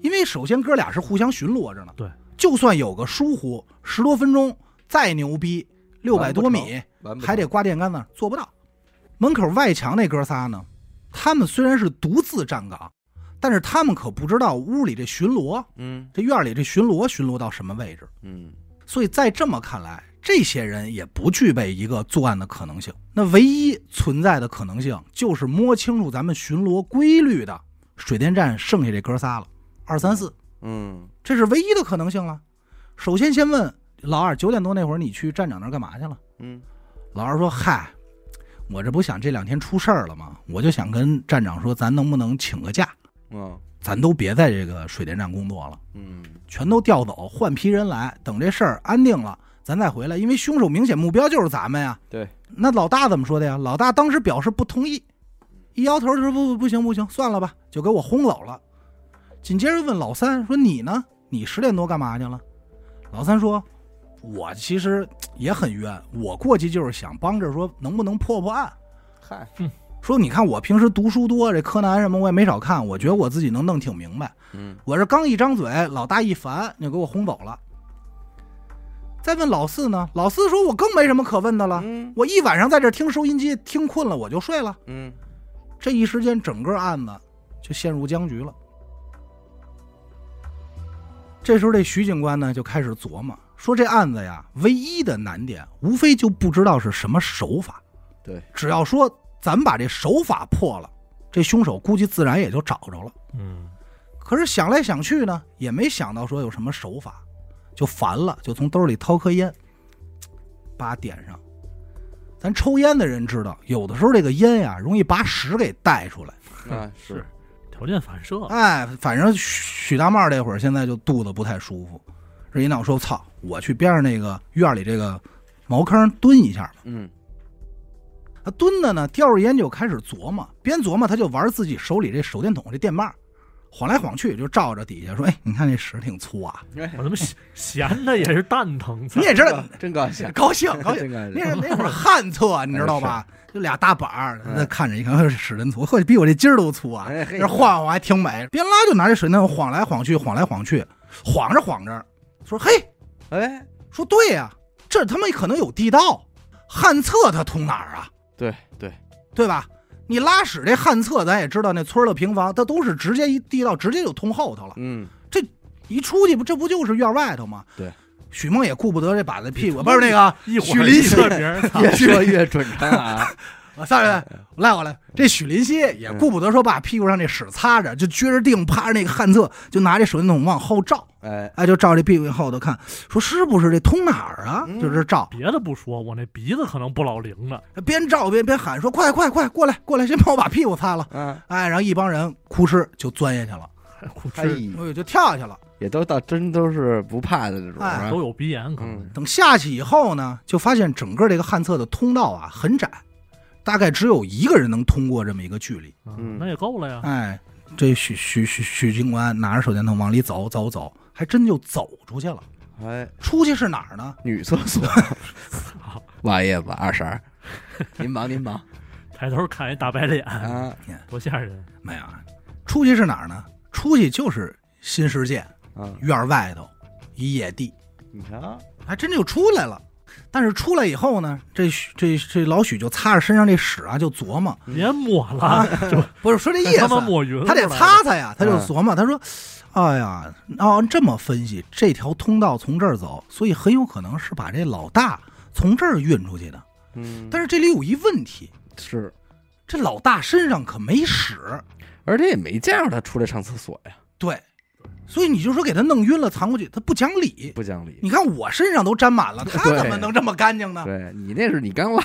Speaker 2: 因为首先哥俩是互相巡逻着呢。
Speaker 3: 对，
Speaker 2: 就算有个疏忽，十多分钟再牛逼，六百多米
Speaker 1: 完不
Speaker 2: 还得
Speaker 1: 成
Speaker 2: 挂电杆子，做不到。门口外墙那哥仨呢，他们虽然是独自站岗，但是他们可不知道屋里这巡逻，
Speaker 1: 嗯
Speaker 2: 这院里这巡逻巡逻到什么位置。
Speaker 1: 嗯，
Speaker 2: 所以在这么看来，这些人也不具备一个作案的可能性。那唯一存在的可能性就是摸清楚咱们巡逻规律的水电站剩下这哥仨了，二三四，
Speaker 1: 嗯，
Speaker 2: 这是唯一的可能性了。首先先问老二，九点多那会儿你去站长那儿干嘛去了？
Speaker 1: 嗯，
Speaker 2: 老二说：“嗨，我这不想这两天出事儿了吗？我就想跟站长说，咱能不能请个假，
Speaker 1: 嗯，
Speaker 2: 咱都别在这个水电站工作了。”
Speaker 1: 嗯，
Speaker 2: 全都调走，换批人来，等这事儿安定了，咱再回来。因为凶手明显目标就是咱们呀。
Speaker 1: 对，
Speaker 2: 那老大怎么说的呀？老大当时表示不同意，一摇头就说不不不行不行，算了吧，就给我轰走了。紧接着问老三说：“你呢？你十点多干嘛去了？”老三说：“我其实嘖也很冤，我过去就是想帮着说能不能破破案。
Speaker 1: 嗨，
Speaker 2: 说你看我平时读书多，这柯南什么我也没少看，我觉得我自己能弄挺明白。
Speaker 1: 嗯，
Speaker 2: 我这刚一张嘴，老大一烦就给我轰走了。再问老四呢？老四说：“我更没什么可问的了，
Speaker 1: 嗯，
Speaker 2: 我一晚上在这儿听收音机，听困了我就睡了。
Speaker 1: 嗯，”
Speaker 2: 这一时间，整个案子就陷入僵局了。这时候，这徐警官呢就开始琢磨，说这案子呀，唯一的难点无非就不知道是什么手法。
Speaker 1: 对，
Speaker 2: 只要说咱把这手法破了，这凶手估计自然也就找着了。
Speaker 3: 嗯
Speaker 2: 可是想来想去呢，也没想到说有什么手法，就烦了，就从兜里掏颗烟，把点上。咱抽烟的人知道，有的时候这个烟呀、容易把屎给带出来。
Speaker 1: 啊
Speaker 3: 是条件反射，
Speaker 2: 哎，反正许许大茂这会儿现在就肚子不太舒服，这一闹说：“操，我去边上那个院里这个茅坑蹲一下吧。
Speaker 1: 嗯，”
Speaker 2: 他蹲的呢，叼着烟就开始琢磨，边琢磨他就玩自己手里这手电筒这电棒，晃来晃去就照着底下说：“哎，你看这屎挺粗啊！”
Speaker 1: 哎
Speaker 3: 我他妈闲闲的也是蛋疼。
Speaker 2: 你也知道，，
Speaker 1: 真高兴
Speaker 2: 高兴高 兴。
Speaker 1: 真高
Speaker 2: 那
Speaker 1: 兴，
Speaker 2: 是那会儿旱厕，你知道吧？
Speaker 1: 哎
Speaker 2: 就俩大板儿，
Speaker 1: 嗯
Speaker 2: 那看着一看，哎屎真粗，呵，比我这筋儿都粗啊！
Speaker 1: 哎嘿
Speaker 2: 这晃晃还挺美。边拉就拿这水呢晃来晃去，晃来晃去，晃着晃着，说：“嘿，
Speaker 1: 哎，
Speaker 2: 说对呀、这他妈可能有地道。旱厕它通哪儿啊？
Speaker 1: 对对，
Speaker 2: 对吧？你拉屎这旱厕，咱也知道那村儿的平房，它都是直接一地道，直接就通后头了。
Speaker 1: 嗯，
Speaker 2: 一出去不，这不就是院外头吗？
Speaker 1: 对。
Speaker 2: 许梦也顾不得这把子屁股，不是那个
Speaker 3: 一会
Speaker 2: 许
Speaker 3: 儿
Speaker 2: 林
Speaker 3: 一
Speaker 2: 希
Speaker 3: 个名儿， 操
Speaker 1: 越说越准成啊，
Speaker 2: 我上来，我赖我来。这许林希也顾不得说把屁股上这屎擦着，就撅着腚趴着那个旱厕，就拿这手电筒往后照，
Speaker 1: 哎，
Speaker 2: 哎，就照这屁股后头看，说是不是这通哪儿啊？
Speaker 1: 嗯
Speaker 2: 就是照，
Speaker 3: 别的不说，我那鼻子可能不老灵了。
Speaker 2: 边照边边喊说：“快快快，过来过来，先帮我把屁股擦了。
Speaker 1: 啊，”
Speaker 2: 哎，然后一帮人哭哧就钻下去了，
Speaker 3: 哎哭
Speaker 1: 哎
Speaker 3: 哧，
Speaker 2: 哎呦，就跳下去了。
Speaker 1: 也都到真都是不怕的这种
Speaker 2: 哎
Speaker 1: 啊
Speaker 3: 都，有鼻炎可能是。
Speaker 2: 等下去以后呢，就发现整个这个旱厕的通道啊很窄，大概只有一个人能通过这么一个距离。
Speaker 1: 嗯
Speaker 3: 嗯，那也够了 呀。
Speaker 2: 哎，这许许许许警官拿着手电筒往里走走走，还真就走出去了。
Speaker 1: 哎，
Speaker 2: 出去是哪儿呢？
Speaker 1: 女厕所，王爷吧，二婶 儿，您忙您忙
Speaker 3: 抬头看一大白脸，
Speaker 1: 啊
Speaker 3: 多吓人！
Speaker 2: 没有，出去是哪儿呢？出去就是新世界
Speaker 1: 啊，
Speaker 2: 院外头一野地，
Speaker 1: 你瞧，
Speaker 2: 还真就出来了。但是出来以后呢，这许这这老许就擦着身上这屎啊，就琢磨，
Speaker 3: 别抹了，
Speaker 2: 不是说这意
Speaker 3: 这哎他妈
Speaker 2: 思，
Speaker 3: 抹匀了。
Speaker 2: 他得擦擦呀，他就
Speaker 1: 嗯
Speaker 2: 琢磨，他说，哎呀，哦，这么分析，这条通道从这儿走，所以很有可能是把这老大从这儿运出去的。
Speaker 1: 嗯，
Speaker 2: 但是这里有一问题，
Speaker 1: 是，
Speaker 2: 这老大身上可没屎，
Speaker 1: 而且也没见着他出来上厕所呀，
Speaker 2: 对，所以你就说给他弄晕了藏过去，他不讲理。
Speaker 1: 不讲理。
Speaker 2: 你看我身上都沾满了，他
Speaker 1: 对
Speaker 2: 怎么能这么干净呢？
Speaker 1: 对你那是你刚拉，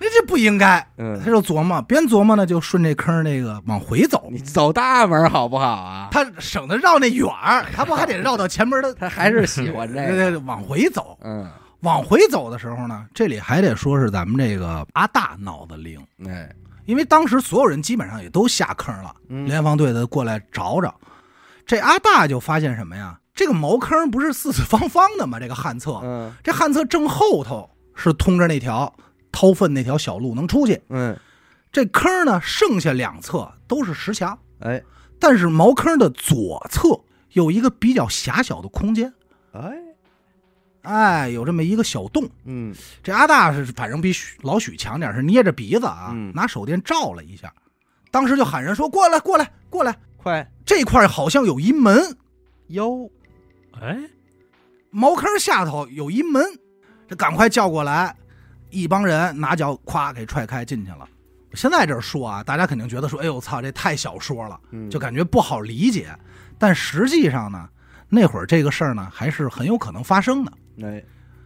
Speaker 2: 那这不应该。他
Speaker 1: 嗯，
Speaker 2: 就琢磨，边琢磨呢，就顺这坑儿那个往回走
Speaker 1: 你，走大门儿好不好啊？
Speaker 2: 他省得绕那远儿，他不还得绕到前门 的？
Speaker 1: 他还是喜欢这
Speaker 2: 对
Speaker 1: 个，
Speaker 2: 对，对往回走，
Speaker 1: 嗯，
Speaker 2: 往回走的时候呢，这里还得说是咱们这个阿大脑子灵，
Speaker 1: 哎，
Speaker 2: 因为当时所有人基本上也都下坑了，
Speaker 1: 嗯
Speaker 2: 联防队的过来找找。这阿大就发现什么呀？这个茅坑不是四四方方的吗？这个旱厕，
Speaker 1: 嗯
Speaker 2: 这旱厕正后头是通着那条掏粪那条小路能出去。
Speaker 1: 嗯，
Speaker 2: 这坑呢，剩下两侧都是石墙，
Speaker 1: 哎
Speaker 2: 但是茅坑的左侧有一个比较狭小的空间，
Speaker 1: 哎，
Speaker 2: 哎，有这么一个小洞。
Speaker 1: 嗯
Speaker 2: 这阿大是反正比许老许强点儿，是捏着鼻子啊，
Speaker 1: 嗯
Speaker 2: 拿手电照了一下，当时就喊人说：“过来，过来，过来！”
Speaker 1: 快
Speaker 2: 这块儿好像有一门，
Speaker 1: 哟，
Speaker 3: 哎，
Speaker 2: 茅坑下头有一门，这赶快叫过来，一帮人拿脚咵给踹开进去了。现在这儿说啊，大家肯定觉得说，哎呦操，这太小说了，
Speaker 1: 嗯
Speaker 2: 就感觉不好理解。但实际上呢，那会儿这个事儿呢，还是很有可能发生的。
Speaker 1: 哎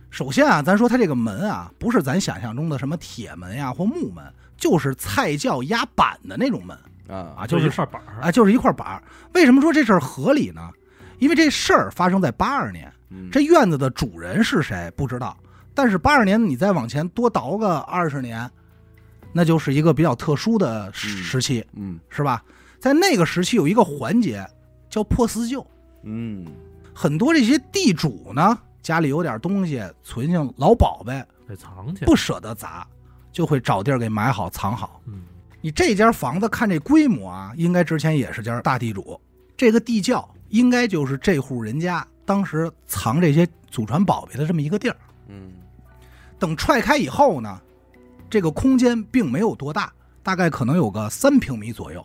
Speaker 2: 首先啊，咱说它这个门啊，不是咱想象中的什么铁门呀、或木门，就是菜窖压板的那种门
Speaker 1: 啊
Speaker 2: 啊，就是
Speaker 3: 一块板儿，
Speaker 2: 啊，就是一块板儿。为什么说这事儿合理呢？因为这事儿发生在八二年，
Speaker 1: 嗯
Speaker 2: 这院子的主人是谁不知道，但是八二年你再往前多倒个二十年，那就是一个比较特殊的时
Speaker 1: 嗯
Speaker 2: 时期，
Speaker 1: 嗯
Speaker 2: 是吧？在那个时期有一个环节叫破四旧，
Speaker 1: 嗯
Speaker 2: 很多这些地主呢家里有点东西存性老宝贝，
Speaker 3: 得藏起来。
Speaker 2: 不舍得砸，就会找地儿给埋好藏好。
Speaker 3: 嗯，
Speaker 2: 你这家房子看这规模啊，应该之前也是家大地主，这个地窖应该就是这户人家当时藏这些祖传宝贝的这么一个地儿。
Speaker 1: 嗯
Speaker 2: 等踹开以后呢，这个空间并没有多大，大概可能有个三平米左右，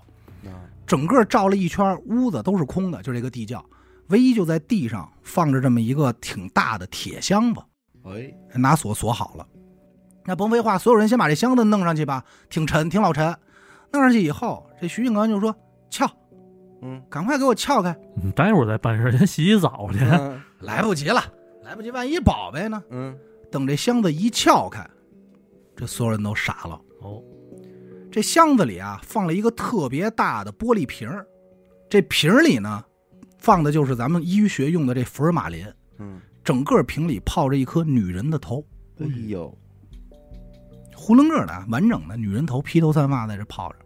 Speaker 2: 整个照了一圈，屋子都是空的，就这个地窖，唯一就在地上放着这么一个挺大的铁箱子，
Speaker 1: 哎，
Speaker 2: 拿锁锁好了。那甭废话，所有人先把这箱子弄上去吧，挺沉，挺老沉。弄上去以后，这徐静刚就说：“撬，
Speaker 4: 嗯，
Speaker 2: 赶快给我撬开！
Speaker 3: 你嗯待会儿再办事，先洗洗澡去。
Speaker 4: 嗯
Speaker 2: 来不及了，来不及，万一宝贝呢？
Speaker 4: 嗯，
Speaker 2: 等这箱子一撬开，这所有人都傻了。
Speaker 3: 哦，
Speaker 2: 这箱子里啊放了一个特别大的玻璃瓶儿，这瓶儿里呢放的就是咱们医学用的这福尔马林，
Speaker 4: 嗯，
Speaker 2: 整个瓶里泡着一颗女人的头，
Speaker 4: 哎呦，
Speaker 2: 囫囵个儿的啊完整的女人头，披头散发在这泡着。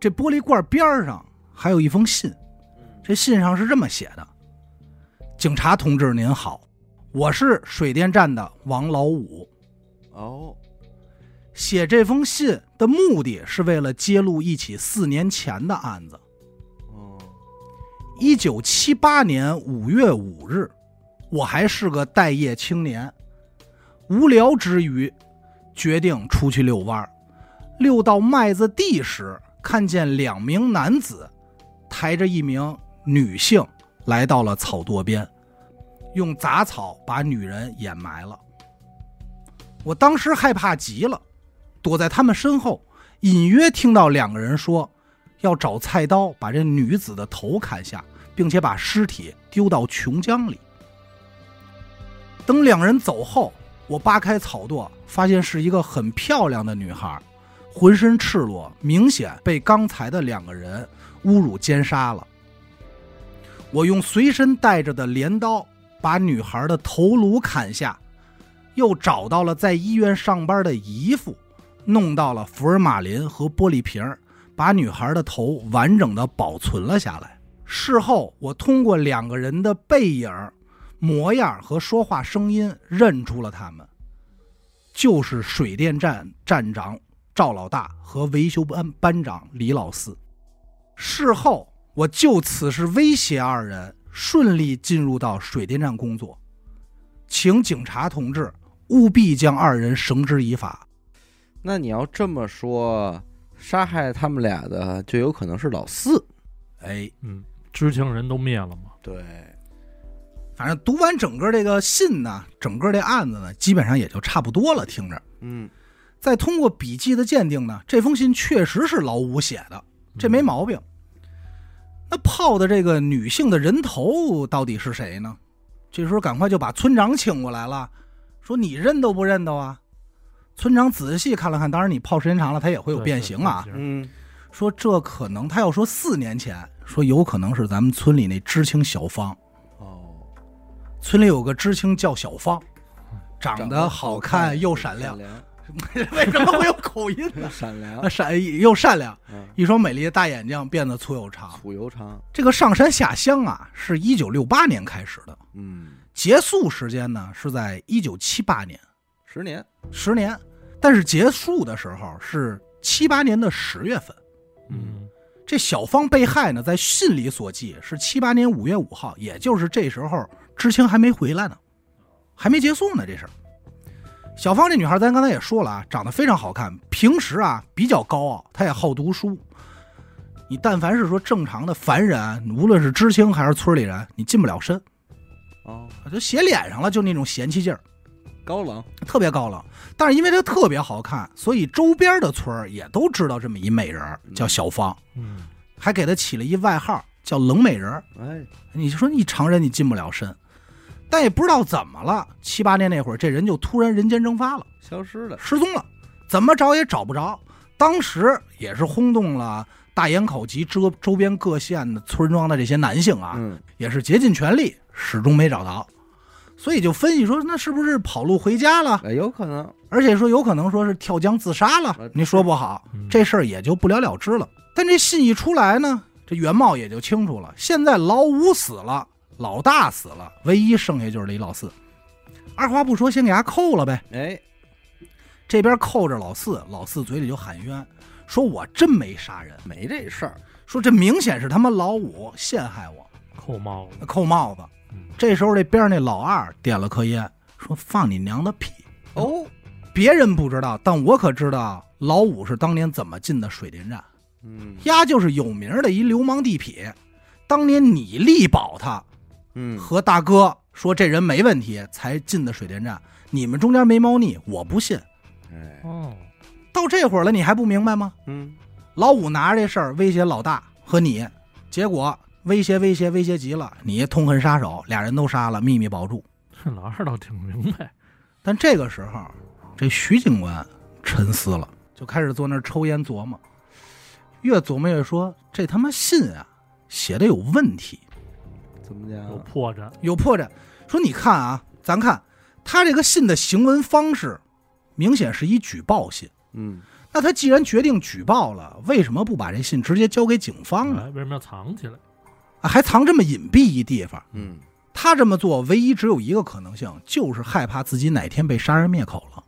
Speaker 2: 这玻璃罐边儿上还有一封信，这信上是这么写的：“警察同志您好，我是水电站的王老五。”
Speaker 4: 哦，
Speaker 2: 写这封信的目的是为了揭露一起四年前的案子。
Speaker 4: 哦，
Speaker 2: 一九七八年五月五日，我还是个待业青年，无聊之余，决定出去遛弯儿。遛到麦子地时，看见两名男子抬着一名女性来到了草垛边，用杂草把女人掩埋了。我当时害怕极了，躲在他们身后，隐约听到两个人说：“要找菜刀把这女子的头砍下，并且把尸体丢到琼江里。等两人走后，我扒开草垛，发现是一个很漂亮的女孩，浑身赤裸，明显被刚才的两个人侮辱奸杀了。我用随身带着的镰刀把女孩的头颅砍下，又找到了在医院上班的姨父，弄到了福尔马林和玻璃瓶儿把女孩的头完整的保存了下来。事后，我通过两个人的背影、模样和说话声音认出了他们，就是水电站站长赵老大和维修班班长李老四。事后，我就此事威胁二人，顺利进入到水电站工作，请警察同志务必将二人绳之以法。
Speaker 4: 那你要这么说，杀害他们俩的就有可能是老四。
Speaker 2: 哎，
Speaker 3: 嗯，知情人都灭了嘛。
Speaker 4: 对，
Speaker 2: 反正读完整个这个信呢，整个这案子呢，基本上也就差不多了。听着，
Speaker 4: 嗯，
Speaker 2: 再通过笔迹的鉴定呢，这封信确实是老五写的，这
Speaker 3: 嗯
Speaker 2: 没毛病。那泡的这个女性的人头到底是谁呢？这时候赶快就把村长请过来了，说你认都不认得啊？村长仔细看了看，当然你泡时间长了，它也会
Speaker 3: 嗯对
Speaker 2: 有变形啊。
Speaker 3: 是是
Speaker 4: 嗯，
Speaker 2: 说这可能，他要说四年前，说有可能是咱们村里那知青小芳。
Speaker 4: 哦，
Speaker 2: 村里有个知青叫小芳，长得好
Speaker 4: 好
Speaker 2: 看又
Speaker 4: 闪
Speaker 2: 闪亮。 为什么会有口 音呢？
Speaker 4: 闪亮
Speaker 2: 啊，，闪又善良，
Speaker 4: 嗯，
Speaker 2: 一双美丽的大眼睛变得粗又长。
Speaker 4: 土油肠，
Speaker 2: 这个上山下乡啊，是一九六八年开始的，
Speaker 4: 嗯，
Speaker 2: 结束时间呢是在一九七八年，
Speaker 4: 十年，
Speaker 2: 十年。但是结束的时候是七八年的十月份。
Speaker 3: 嗯，
Speaker 2: 这小芳被害呢，在信里所记是七八年五月五号，也就是这时候知青还没回来呢，还没结束呢这事儿。小芳这女孩，咱刚才也说了啊，长得非常好看，平时啊比较高傲，她也好读书。你但凡是说正常的凡人，啊无论是知青还是村里人，你近不了身，
Speaker 4: 哦，
Speaker 2: 就写脸上了，就那种嫌弃劲儿，
Speaker 4: 高冷，
Speaker 2: 特别高冷。但是因为她特别好看，所以周边的村儿也都知道这么一美人儿，叫小芳。
Speaker 3: 嗯，
Speaker 2: 还给他起了一外号叫“冷美人儿
Speaker 4: 哎，”。
Speaker 2: 你就说你常人你近不了身，但也不知道怎么了，七八年那会儿这人就突然人间蒸发了，
Speaker 4: 消失了，
Speaker 2: 失踪了，怎么找也找不着。当时也是轰动了大营口及周周边各县的村庄的这些男性啊，
Speaker 4: 嗯，
Speaker 2: 也是竭尽全力，始终没找到。所以就分析说，那是不是跑路回家了？
Speaker 4: 哎，有可能，
Speaker 2: 而且说有可能说是跳江自杀了
Speaker 4: 呃，
Speaker 2: 你说不好，
Speaker 3: 嗯
Speaker 2: 这事儿也就不了了之了。但这信一出来呢，这原貌也就清楚了。现在老五死了，老大死了，唯一剩下就是李老四。二话不说，先给他扣了呗。
Speaker 4: 哎，
Speaker 2: 这边扣着老四，老四嘴里就喊冤，说我真没杀人，
Speaker 4: 没这事儿，
Speaker 2: 说这明显是他妈老五陷害我，
Speaker 3: 扣帽子。
Speaker 2: 扣帽子
Speaker 3: 嗯。
Speaker 2: 这时候这边那老二点了颗烟，说放你娘的屁，
Speaker 4: 哦，
Speaker 2: 别人不知道，但我可知道老五是当年怎么进的水电站。
Speaker 4: 嗯
Speaker 2: 丫就是有名儿的一流氓地痞。当年你力保他
Speaker 4: 嗯
Speaker 2: 和大哥说这人没问题，才进的水电站。你们中间没猫腻，我不信。
Speaker 4: 哎
Speaker 3: 哦，
Speaker 2: 到这会儿了，你还不明白吗？
Speaker 4: 嗯
Speaker 2: 老五拿着这事儿威胁老大和你，结果威胁威胁威胁急了，你痛恨杀手，俩人都杀了，秘密保住。
Speaker 3: 这老二倒挺明白，
Speaker 2: 但这个时候，这徐警官沉思了，就开始坐那儿抽烟琢磨，越琢磨越说这他妈信啊写的有问题，
Speaker 4: 怎么讲啊
Speaker 3: 有破绽，
Speaker 2: 有破绽。说你看啊，咱看他这个信的行文方式，明显是一举报信。
Speaker 4: 嗯
Speaker 2: 那他既然决定举报了，为什么不把这信直接交给警方呢？
Speaker 3: 哎，为什么要藏起来？
Speaker 2: 啊还藏这么隐蔽一地方？
Speaker 4: 嗯
Speaker 2: 他这么做唯一只有一个可能性，就是害怕自己哪天被杀人灭口了。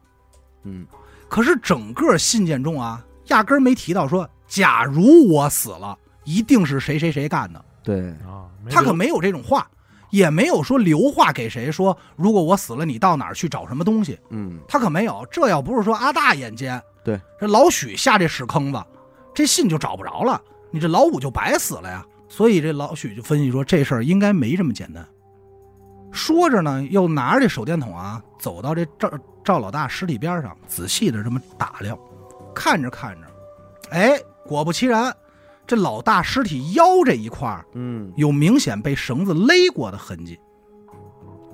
Speaker 4: 嗯
Speaker 2: 可是整个信件中啊，压根儿没提到说，假如我死了，一定是谁谁谁干的。
Speaker 4: 对
Speaker 3: 啊，没
Speaker 2: 他可
Speaker 3: 留
Speaker 2: 没有这种话，也没有说留话给谁说，如果我死了，你到哪儿去找什么东西？
Speaker 4: 嗯
Speaker 2: 他可没有。这要不是说阿大眼尖，
Speaker 4: 对，
Speaker 2: 这老许下这屎坑子，这信就找不着了，你这老五就白死了呀。所以这老许就分析说，这事儿应该没这么简单。说着呢，又拿着这手电筒啊，走到这赵赵老大尸体边上，仔细的这么打量，看着看着，哎，果不其然，这老大尸体腰这一块儿
Speaker 4: 嗯，
Speaker 2: 有明显被绳子勒过的痕迹。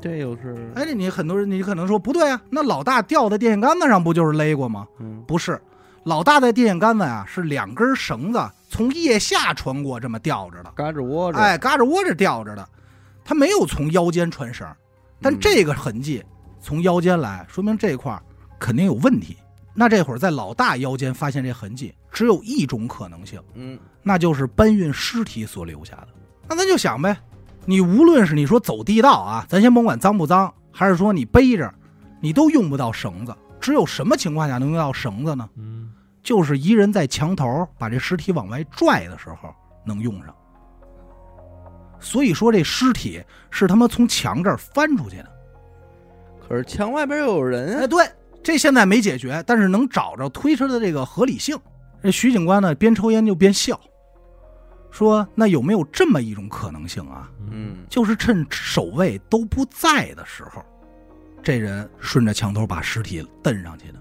Speaker 4: 这又是
Speaker 2: 哎，你很多人你可能说不对啊，那老大吊在电线杆子上不就是勒过吗？
Speaker 4: 嗯
Speaker 2: 不是，老大在电线杆子啊是两根绳子从腋下穿过这么吊着的，
Speaker 4: 嘎吱窝着，
Speaker 2: 哎，嘎着窝着吊着的，他没有从腰间穿绳，但
Speaker 4: 嗯
Speaker 2: 这个痕迹从腰间来，说明这块儿肯定有问题。那这会儿在老大腰间发现这痕迹，只有一种可能性，
Speaker 4: 嗯
Speaker 2: 那就是搬运尸体所留下的。那咱就想呗，你无论是你说走地道啊，咱先甭管脏不脏，还是说你背着，你都用不到绳子。只有什么情况下能用到绳子呢？
Speaker 3: 嗯，
Speaker 2: 就是一人在墙头把这尸体往外拽的时候能用上。所以说这尸体是他妈从墙这儿翻出去的。
Speaker 4: 可是墙外边又有人
Speaker 2: 哎，
Speaker 4: 啊，
Speaker 2: 对，这现在没解决，但是能找着推车的这个合理性。这徐警官呢，边抽烟就边笑，说：“那有没有这么一种可能性啊？
Speaker 3: 嗯，
Speaker 4: 嗯
Speaker 2: 就是趁守卫都不在的时候，这人顺着墙头把尸体蹬上去的。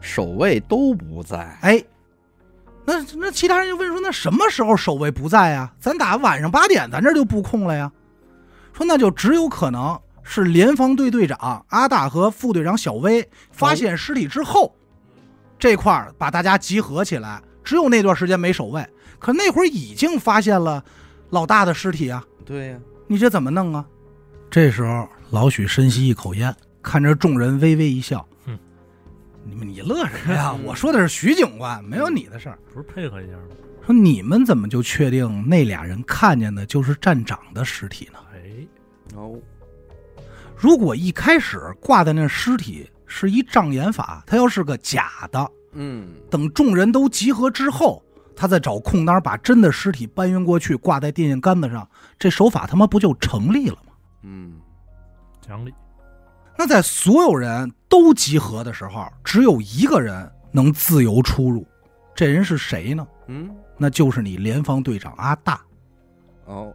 Speaker 4: 守卫都不在，
Speaker 2: 哎，那那其他人就问说，那什么时候守卫不在啊？咱打晚上八点，咱这儿就布控了呀。说那就只有可能是联防队队长阿大和副队长小威发现尸体之后，这块儿把大家集合起来。只有那段时间没守卫，可那会儿已经发现了老大的尸体啊，
Speaker 4: 对呀，
Speaker 2: 你这怎么弄啊？这时候，老许深吸一口烟，看着众人微微一笑。
Speaker 3: 哼，
Speaker 2: 你们你乐什么呀？我说的是徐警官，没有你的事儿。
Speaker 3: 不是配合一下吗？
Speaker 2: 说你们怎么就确定那俩人看见的就是站长的尸体呢？
Speaker 3: 哎，
Speaker 4: 哦，
Speaker 2: 如果一开始挂在那尸体是一障眼法，他要是个假的，
Speaker 4: 嗯
Speaker 2: 等众人都集合之后，他再找空当把真的尸体搬运过去，挂在电线杆子上，这手法他妈不就成立了吗？
Speaker 4: 嗯
Speaker 3: 讲理，
Speaker 2: 那在所有人都集合的时候，只有一个人能自由出入，这人是谁呢？
Speaker 4: 嗯
Speaker 2: 那就是你联防队长阿大。
Speaker 4: 哦，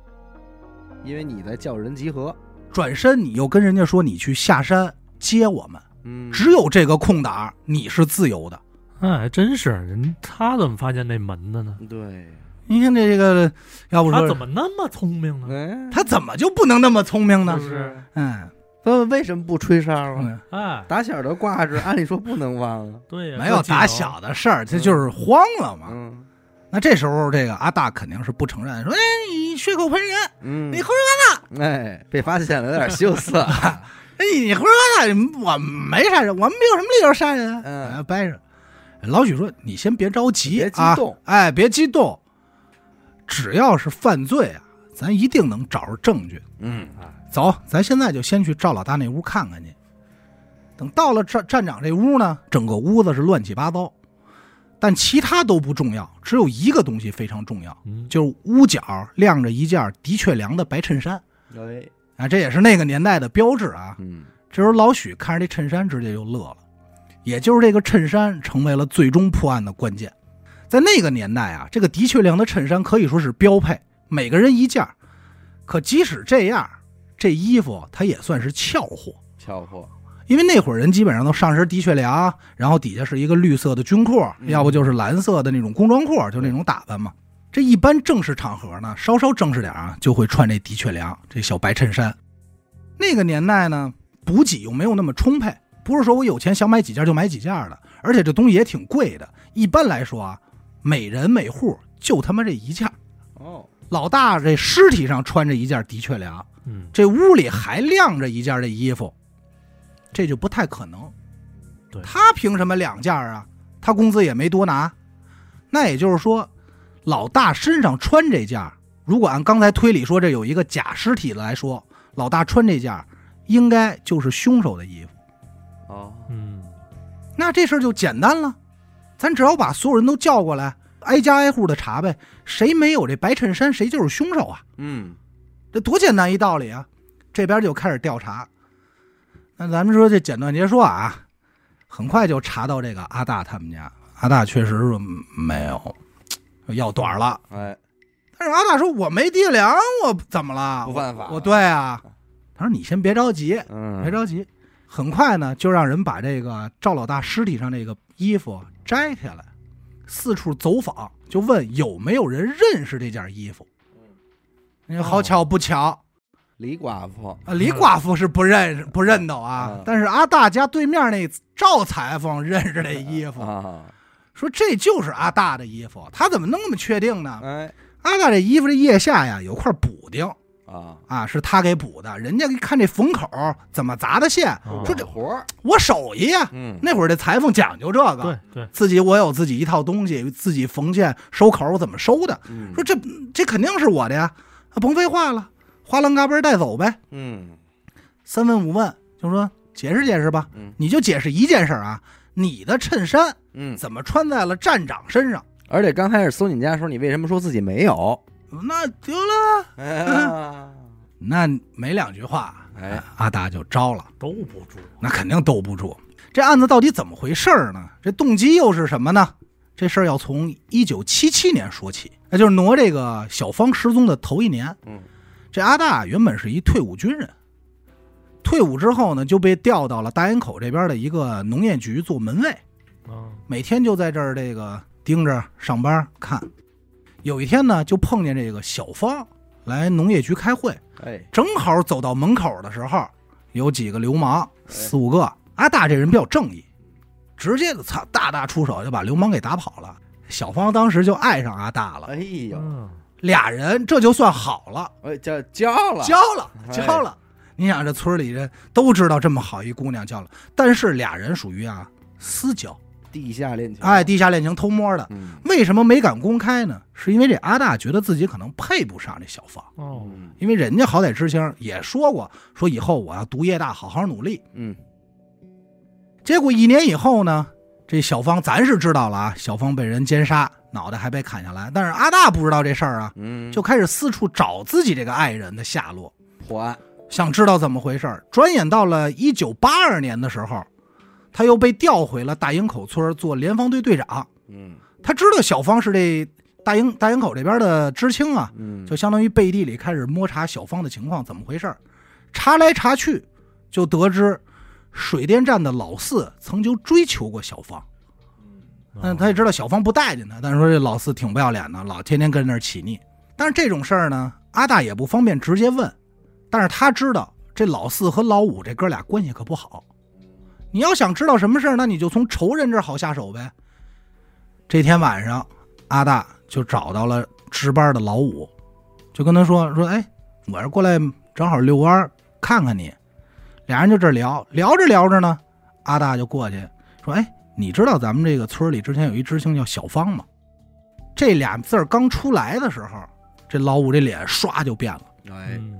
Speaker 4: 因为你在叫人集合，
Speaker 2: 转身你又跟人家说你去下山接我们，
Speaker 4: 嗯，
Speaker 2: 只有这个空档儿你是自由的。
Speaker 3: 哎，还真是人，他怎么发现那门的呢？
Speaker 4: 对，
Speaker 2: 你看这个，要不
Speaker 3: 他
Speaker 2: 说
Speaker 3: 怎么那么聪明呢？
Speaker 4: 哎，
Speaker 2: 他怎么就不能那么聪明呢
Speaker 3: 就？是，
Speaker 2: 嗯，
Speaker 4: 他为什么不吹哨啊？
Speaker 2: 嗯
Speaker 3: 哎，
Speaker 4: 打小的挂 着，按理说不能忘啊，
Speaker 3: 对呀，
Speaker 2: 没有
Speaker 3: 这技能
Speaker 2: 打小的事儿，
Speaker 3: 嗯
Speaker 2: 这就是慌了嘛。
Speaker 4: 嗯
Speaker 2: 那这时候这个阿大肯定是不承认，说哎你血口喷人，
Speaker 4: 嗯，
Speaker 2: 你喝
Speaker 4: 哎，被发现了，有点羞涩。
Speaker 2: 哎，你胡说八道！我没杀人，我们有什么理由杀人啊？
Speaker 4: 嗯
Speaker 2: 哎掰扯。老许说：“你先别着急，
Speaker 4: 别激动
Speaker 2: 啊，哎，别激动。只要是犯罪啊，咱一定能找着证据。啊
Speaker 4: 嗯
Speaker 2: 走，咱现在就先去赵老大那屋看看去。等到了站站长这屋呢，整个屋子是乱七八糟，但其他都不重要，只有一个东西非常重要，
Speaker 3: 嗯，
Speaker 2: 就是屋角晾着一件的确良的白衬衫
Speaker 4: 哎，
Speaker 2: 啊，这也是那个年代的标志啊。
Speaker 4: 嗯
Speaker 2: 这时候老许看着这衬衫，直接就乐了，也就是这个衬衫成为了最终破案的关键。在那个年代啊，这个的确亮的衬衫可以说是标配，每个人一件儿。可即使这样，这衣服它也算是俏货，
Speaker 4: 俏货，
Speaker 2: 因为那会儿人基本上都上身的确良，然后底下是一个绿色的军裤，
Speaker 4: 嗯
Speaker 2: 要不就是蓝色的那种工装裤，就那种打扮嘛。这一般正式场合呢，稍稍正式点啊，就会穿这的确良这小白衬衫。那个年代呢，补给又没有那么充沛，不是说我有钱想买几件就买几件的，而且这东西也挺贵的。一般来说啊，每人每户就他妈这一件儿。
Speaker 4: 哦，
Speaker 2: 老大这尸体上穿着一件的确良，
Speaker 3: 嗯，
Speaker 2: 这屋里还晾着一件这衣服，这就不太可能。
Speaker 3: 对
Speaker 2: 他凭什么两件啊？他工资也没多拿。那也就是说，老大身上穿这件，如果按刚才推理说这有一个假尸体来说，老大穿这件应该就是凶手的衣服。
Speaker 4: 哦，
Speaker 3: 嗯，
Speaker 2: 那这事儿就简单了，咱只要把所有人都叫过来，挨家挨户的查呗，谁没有这白衬衫，谁就是凶手啊。
Speaker 4: 嗯，
Speaker 2: 这多简单一道理啊！这边就开始调查。那咱们说这简短截说啊，很快就查到这个阿大他们家。阿大确实说嗯没有，要短儿了。
Speaker 4: 哎，
Speaker 2: 但是阿大说我没爹粮，我怎么了？
Speaker 4: 不犯法
Speaker 2: 我我对啊。他说你先别着急，
Speaker 4: 嗯，
Speaker 2: 别着急。很快呢，就让人把这个赵老大尸体上这个衣服摘下来，四处走访，就问有没有人认识这件衣服。
Speaker 4: 嗯
Speaker 2: 你说好巧不巧，
Speaker 4: 李寡妇，
Speaker 2: 啊，李寡妇是不认识不认得啊，
Speaker 4: 嗯
Speaker 2: 但是阿大家对面那赵裁缝认识这衣服，
Speaker 4: 啊，
Speaker 2: 说这就是阿大的衣服，他怎么能那么确定呢？
Speaker 4: 哎，
Speaker 2: 阿大这衣服这腋下呀有块补丁
Speaker 4: 啊，
Speaker 2: 啊，是他给补的，人家一看这缝口怎么砸的线，
Speaker 4: 哦
Speaker 3: 啊
Speaker 2: 说这
Speaker 4: 活儿，
Speaker 2: 我手艺呀、
Speaker 4: 嗯，
Speaker 2: 那会儿这裁缝讲究这
Speaker 3: 对
Speaker 2: 个，
Speaker 3: 对，
Speaker 2: 自己我有自己一套东西，自己缝线收口我怎么收的，
Speaker 4: 嗯
Speaker 2: 说，这这肯定是我的呀，啊甭废话了，花楞嘎嘣儿带走呗。
Speaker 4: 嗯，
Speaker 2: 三问五问，就说解释解释吧。
Speaker 4: 嗯
Speaker 2: 你就解释一件事儿啊，你的衬衫
Speaker 4: 嗯，
Speaker 2: 怎么穿在了站长身上？
Speaker 4: 而且刚开始搜你家的时候，你为什么说自己没有？
Speaker 2: 那得了，
Speaker 4: 哎呀，
Speaker 2: 那没两句话，
Speaker 4: 哎，
Speaker 2: 阿达就招了，
Speaker 3: 兜不住，
Speaker 2: 那肯定兜不住。这案子到底怎么回事儿呢？这动机又是什么呢？这事儿要从一九七七年说起，那就是挪这个小芳失踪的头一年。
Speaker 4: 嗯，
Speaker 2: 这阿大原本是一退伍军人，退伍之后呢，就被调到了大营口这边的一个农业局做门卫。
Speaker 3: 嗯
Speaker 2: 每天就在这儿这个盯着上班看。有一天呢，就碰见这个小芳来农业局开会，
Speaker 4: 哎，
Speaker 2: 正好走到门口的时候，有几个流氓，四五个。阿大这人比较正义，直接操大大出手就把流氓给打跑了。小芳当时就爱上阿大了，
Speaker 4: 哎呦，
Speaker 3: 嗯，
Speaker 2: 俩人这就算好了，
Speaker 4: 哎，叫交了，
Speaker 2: 交了，
Speaker 4: 哎
Speaker 2: 交了。你想这村里人都知道这么好一姑娘交了，但是俩人属于啊私交，
Speaker 4: 地下恋情，
Speaker 2: 哎，，地下恋情偷摸的。
Speaker 4: 嗯，
Speaker 2: 为什么没敢公开呢？是因为这阿大觉得自己可能配不上这小芳，
Speaker 3: 哦，
Speaker 4: 嗯，
Speaker 2: 因为人家好歹知青也说过，说以后我要读夜大，好好努力。
Speaker 4: 嗯，
Speaker 2: 结果一年以后呢，这小芳咱是知道了啊，小芳被人奸杀，脑袋还被砍下来，但是阿大不知道这事儿啊，
Speaker 4: 嗯，
Speaker 2: 就开始四处找自己这个爱人的下落，
Speaker 4: 破案，
Speaker 2: 想知道怎么回事儿。转眼到了一九八二年的时候，他又被调回了大营口村做联防队队长。
Speaker 4: 嗯
Speaker 2: 他知道小芳是这大营大营口这边的知青啊，
Speaker 4: 嗯，
Speaker 2: 就相当于背地里开始摸查小芳的情况，怎么回事儿？查来查去，就得知水电站的老四曾经追求过小芳。嗯，他也知道小芳不待见他，但是说这老四挺不要脸的，老天天跟那儿起腻。但是这种事儿呢，阿大也不方便直接问，但是他知道这老四和老五这哥俩关系可不好。你要想知道什么事儿，那你就从仇人这儿好下手呗。这天晚上，阿大就找到了值班的老五，就跟他说说，哎，我是过来正好遛弯儿看看你。俩人就这聊聊着聊着呢，阿大就过去说，哎，你知道咱们这个村里之前有一知青叫小芳吗？这俩字儿刚出来的时候，这老五这脸唰就变了。
Speaker 4: 哎，
Speaker 3: 嗯，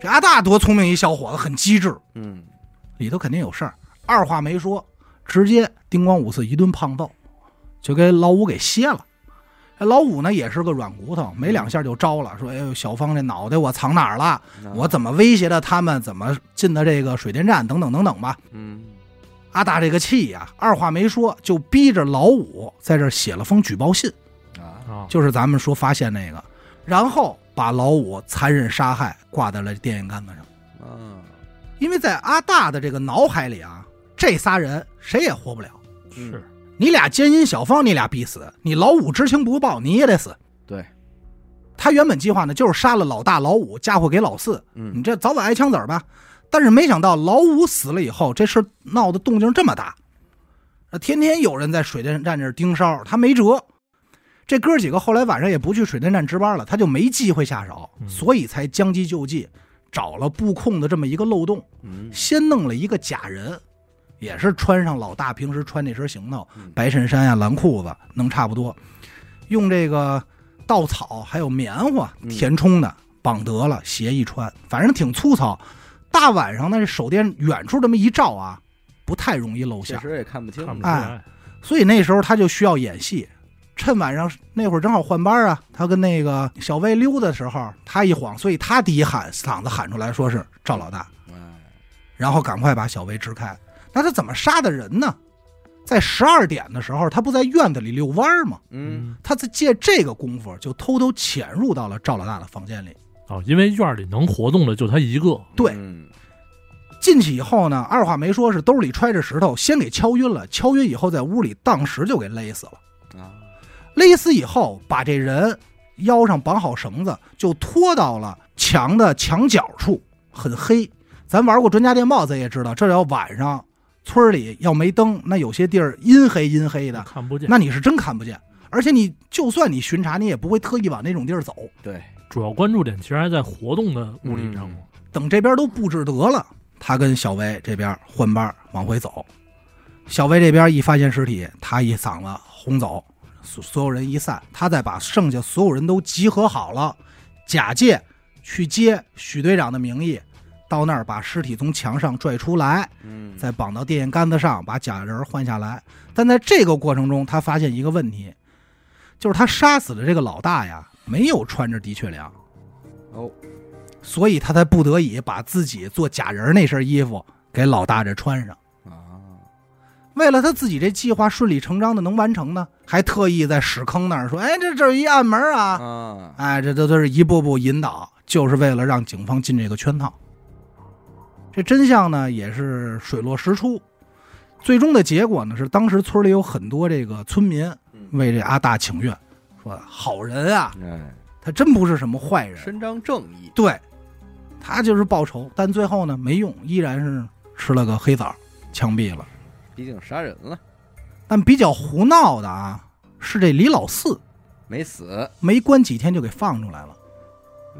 Speaker 2: 这阿大多聪明一小伙子，很机智，
Speaker 4: 嗯，
Speaker 2: 里头肯定有事儿。二话没说，直接叮咣五四一顿胖揍，就给老五给歇了。这老五呢也是个软骨头，没两下就招了，说：“哎呦，小芳这脑袋我藏哪儿了？
Speaker 4: 那
Speaker 2: 我，怎么威胁的他们？怎么进的这个水电站？等等等等吧。”
Speaker 4: 嗯，
Speaker 2: 阿大这个气呀、二话没说就逼着老五在这儿写了封举报信，
Speaker 1: 啊，
Speaker 3: 啊，
Speaker 2: 就是咱们说发现那个，然后把老五残忍杀害挂在了电线杆子上。
Speaker 4: 啊，
Speaker 2: 因为在阿大的这个脑海里啊，这仨人谁也活不了。
Speaker 4: 嗯
Speaker 3: 是
Speaker 2: 你俩奸淫小芳，你俩必死；你老五知情不报，你也得死。
Speaker 4: 对，
Speaker 2: 他原本计划呢，就是杀了老大、老五，嫁祸给老四，你
Speaker 4: 嗯，
Speaker 2: 这早晚挨枪子儿吧。但是没想到老五死了以后，这事儿闹得动静这么大，呃天天有人在水电站这儿盯梢，他没辙。这哥几个后来晚上也不去水电站值班了，他就没机会下手，
Speaker 3: 嗯
Speaker 2: 所以才将计就计，找了布控的这么一个漏洞，
Speaker 4: 嗯，
Speaker 2: 先弄了一个假人，也是穿上老大平时穿那身行头
Speaker 4: 嗯，
Speaker 2: 白衬衫呀、蓝裤子，能差不多，用这个稻草还有棉花
Speaker 4: 嗯
Speaker 2: 填充的，绑得了，鞋一穿，反正挺粗糙。大晚上呢，这手电远处这么一照啊，不太容易露
Speaker 4: 确
Speaker 2: 馅。
Speaker 4: 实也看不清
Speaker 3: 看不出
Speaker 4: 了，
Speaker 3: 来，
Speaker 2: 所以那时候他就需要演戏。趁晚上那会儿正好换班啊，他跟那个小魏溜达的时候，他一晃，所以他第一喊嗓子喊出来说是赵老大。
Speaker 4: 哎，
Speaker 2: 然后赶快把小薇支开。那他怎么杀的人呢？在十二点的时候，他不在院子里遛弯儿吗？
Speaker 4: 嗯，，
Speaker 2: 他在借这个功夫就偷偷潜入到了赵老大的房间里。
Speaker 3: 哦，因为院儿里能活动的就他一个，
Speaker 2: 对
Speaker 4: 嗯
Speaker 2: 进去以后呢，二话没说，是兜里揣着石头，先给敲晕了。敲晕以后，在屋里当时就给勒死了。
Speaker 4: 啊，
Speaker 2: 勒死以后，把这人腰上绑好绳子，就拖到了墙的墙角处，很黑。咱玩过专家电报，咱也知道，这要晚上村儿里要没灯，那有些地儿阴黑阴黑
Speaker 4: 啊
Speaker 2: 的，
Speaker 3: 看不见。
Speaker 2: 那你是真看不见。而且你就算你巡查，你也不会特意往那种地儿走。
Speaker 4: 对，
Speaker 3: 主要关注点其实还在活动的物理上
Speaker 4: 嗯
Speaker 3: 嘛。
Speaker 2: 等这边都布置得了，他跟小薇这边换班儿往回走。小薇这边一发现尸体，他一嗓子轰走，所所有人一散，他再把剩下所有人都集合好了，假借去接许队长的名义，到那儿把尸体从墙上拽出来，
Speaker 4: 嗯，
Speaker 2: 再绑到电线杆子上，把假人换下来。但在这个过程中，他发现一个问题，就是他杀死的这个老大呀，没有穿着的确良。
Speaker 4: 哦，
Speaker 2: 所以他才不得已把自己做假人那身衣服给老大这穿上。
Speaker 4: 啊，
Speaker 2: 为了他自己这计划顺理成章的能完成呢，还特意在屎坑那儿说：“哎，这这儿一暗门啊！”
Speaker 4: 啊，
Speaker 2: 哎，这这都是一步步引导，就是为了让警方进这个圈套。这真相呢也是水落石出，最终的结果呢是，当时村里有很多这个村民
Speaker 4: 嗯
Speaker 2: 为这阿大请愿，说好人啊，
Speaker 4: 哎，
Speaker 2: 他真不是什么坏人，
Speaker 4: 伸张正义，
Speaker 2: 对，他就是报仇，但最后呢没用，依然是吃了个黑枣，枪毙了。
Speaker 4: 毕竟杀人了，
Speaker 2: 但比较胡闹的啊，是这李老四
Speaker 4: 没死，
Speaker 2: 没关几天就给放出来了，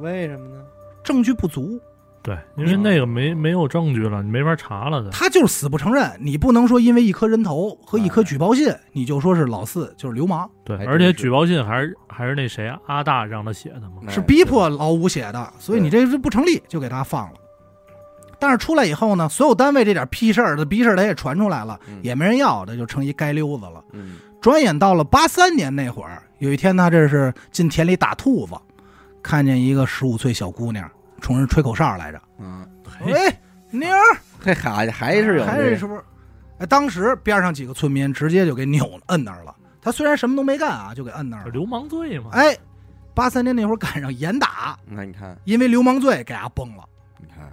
Speaker 4: 为什么呢？
Speaker 2: 证据不足，
Speaker 3: 对，
Speaker 4: 嗯
Speaker 3: 因为那个没没有证据了，你没法查了的。
Speaker 2: 他就是死不承认。你不能说因为一颗人头和一
Speaker 4: 哎
Speaker 2: 颗举报信，你就说是老四就是流氓，
Speaker 3: 对
Speaker 4: 还，真
Speaker 3: 而且
Speaker 4: 是
Speaker 3: 举报信还是还是那谁阿大让他写的嘛。
Speaker 2: 是
Speaker 4: 哎
Speaker 2: 逼迫老五写的，所以你这是不成立，就给他放了。但是出来以后呢，所有单位这点屁事儿的逼事儿，他也传出来了，
Speaker 4: 嗯
Speaker 2: 也没人要，他就成一街溜子了。
Speaker 4: 嗯，
Speaker 2: 转眼到了八三年那会儿，有一天他这是进田里打兔子，看见一个十五岁小姑娘冲人吹口哨来着。哎
Speaker 4: 啊，
Speaker 3: 嘿
Speaker 2: 喂，妞儿，
Speaker 4: 这还还是有
Speaker 2: 还
Speaker 4: 这
Speaker 2: 是
Speaker 4: 个
Speaker 2: 是不是？哎，当时边上几个村民直接就给扭摁那儿了。他虽然什么都没干啊，就给摁那儿了。
Speaker 3: 流氓罪嘛。
Speaker 2: 哎，八三年那会儿赶上严打，
Speaker 4: 那你看，
Speaker 2: 因为流氓罪给伢崩了。
Speaker 4: 你看，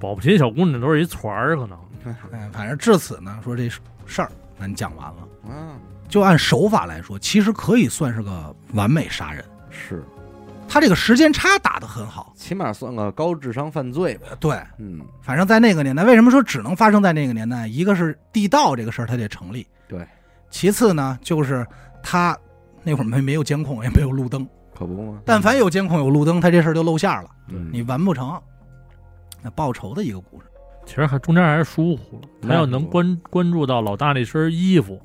Speaker 3: 保不齐小姑娘都是一团儿，可能
Speaker 2: 哎，反正至此呢，说这事儿咱讲完了。
Speaker 4: 啊，
Speaker 2: 就按手法来说，其实可以算是个完美杀人。
Speaker 4: 是，
Speaker 2: 他这个时间差打得很好，
Speaker 4: 起码算个高智商犯罪吧，
Speaker 2: 呃对，
Speaker 4: 嗯，
Speaker 2: 反正在那个年代，为什么说只能发生在那个年代？一个是地道这个事儿它得成立，
Speaker 4: 对。
Speaker 2: 其次呢，就是他那会儿没没有监控，也没有路灯。
Speaker 4: 可不嘛，
Speaker 2: 但凡有监控有路灯，他这事儿就露馅儿了，
Speaker 4: 嗯
Speaker 2: 你完不成。那报仇的一个故事，
Speaker 3: 其实还中间还是疏忽了。他
Speaker 4: 那
Speaker 3: 要
Speaker 4: 可
Speaker 3: 能
Speaker 4: 不
Speaker 3: 关关注到老大那身衣服，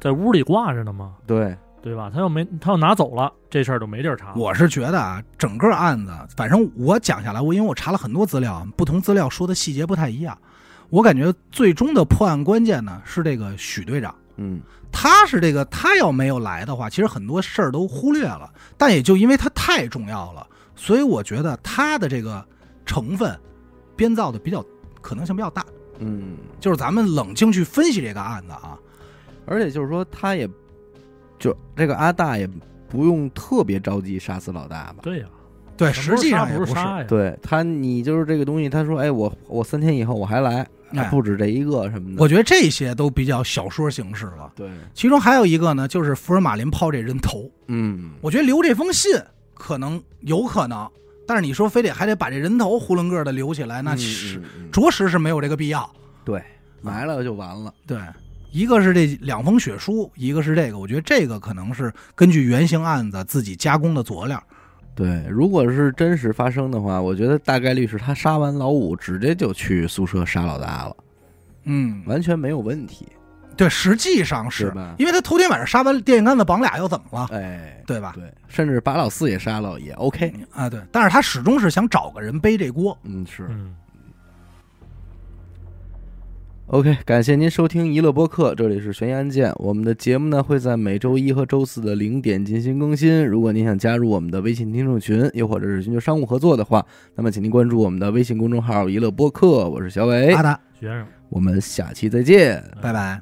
Speaker 3: 在屋里挂着呢嘛，
Speaker 4: 对，
Speaker 3: 对吧？他要没他要拿走了，这事儿就没地儿查。
Speaker 2: 我是觉得啊，整个案子，反正我讲下来，我因为我查了很多资料，啊不同资料说的细节不太一样，我感觉最终的破案关键呢是这个许队长。
Speaker 4: 嗯，
Speaker 2: 他是这个，他要没有来的话，其实很多事儿都忽略了。但也就因为他太重要了，所以我觉得他的这个成分编造的比较可能性比较大。
Speaker 1: 嗯，
Speaker 2: 就是咱们冷静去分析这个案子啊，
Speaker 1: 而且就是说，他也就这个阿大也不用特别着急杀死老大吧？
Speaker 3: 对呀，
Speaker 2: 对，
Speaker 3: 咱
Speaker 2: 实际上也
Speaker 3: 不
Speaker 2: 不
Speaker 3: 是
Speaker 2: 是，
Speaker 3: 杀呀，
Speaker 1: 对他，你就是这个东西，他说，哎，我我三天以后我还来，
Speaker 2: 哎
Speaker 1: 还不止这一个什么的。
Speaker 2: 我觉得这些都比较小说形式了。
Speaker 1: 对，
Speaker 2: 其中还有一个呢，就是福尔马林抛这人头，
Speaker 1: 嗯，
Speaker 2: 我觉得留这封信可能有可能，但是你说非得还得把这人头囫囵个儿的留起来，那
Speaker 1: 嗯
Speaker 2: 是、
Speaker 1: 嗯嗯
Speaker 2: 着实是没有这个必要。
Speaker 1: 埋了就完了。
Speaker 2: 对，一个是这两封血书，一个是这个，我觉得这个可能是根据原型案子自己加工的佐料。
Speaker 1: 对，如果是真实发生的话，我觉得大概率是他杀完老五，直接就去宿舍杀老大了，
Speaker 2: 嗯，
Speaker 1: 完全没有问题，
Speaker 2: 对，实际上
Speaker 1: 是
Speaker 2: 是
Speaker 1: 吧？
Speaker 2: 因为他头天晚上杀完电线杆子绑俩又怎么了，
Speaker 1: 哎，
Speaker 2: 对吧？
Speaker 1: 对，甚至把老四也杀了也 OK。
Speaker 2: 啊，对，但是他始终是想找个人背这锅。
Speaker 1: 嗯，是
Speaker 3: 嗯，
Speaker 1: OK，感谢您收听娱乐播客，这里是悬疑案件。我们的节目呢会在每周一和周四的零点进行更新。如果您想加入我们的微信听众群，又或者是寻求商务合作的话，那么请您关注我们的微信公众号“娱乐播客”。我是小伟
Speaker 2: 阿，达，
Speaker 3: 学生。
Speaker 1: 我们下期再见。
Speaker 2: 拜拜。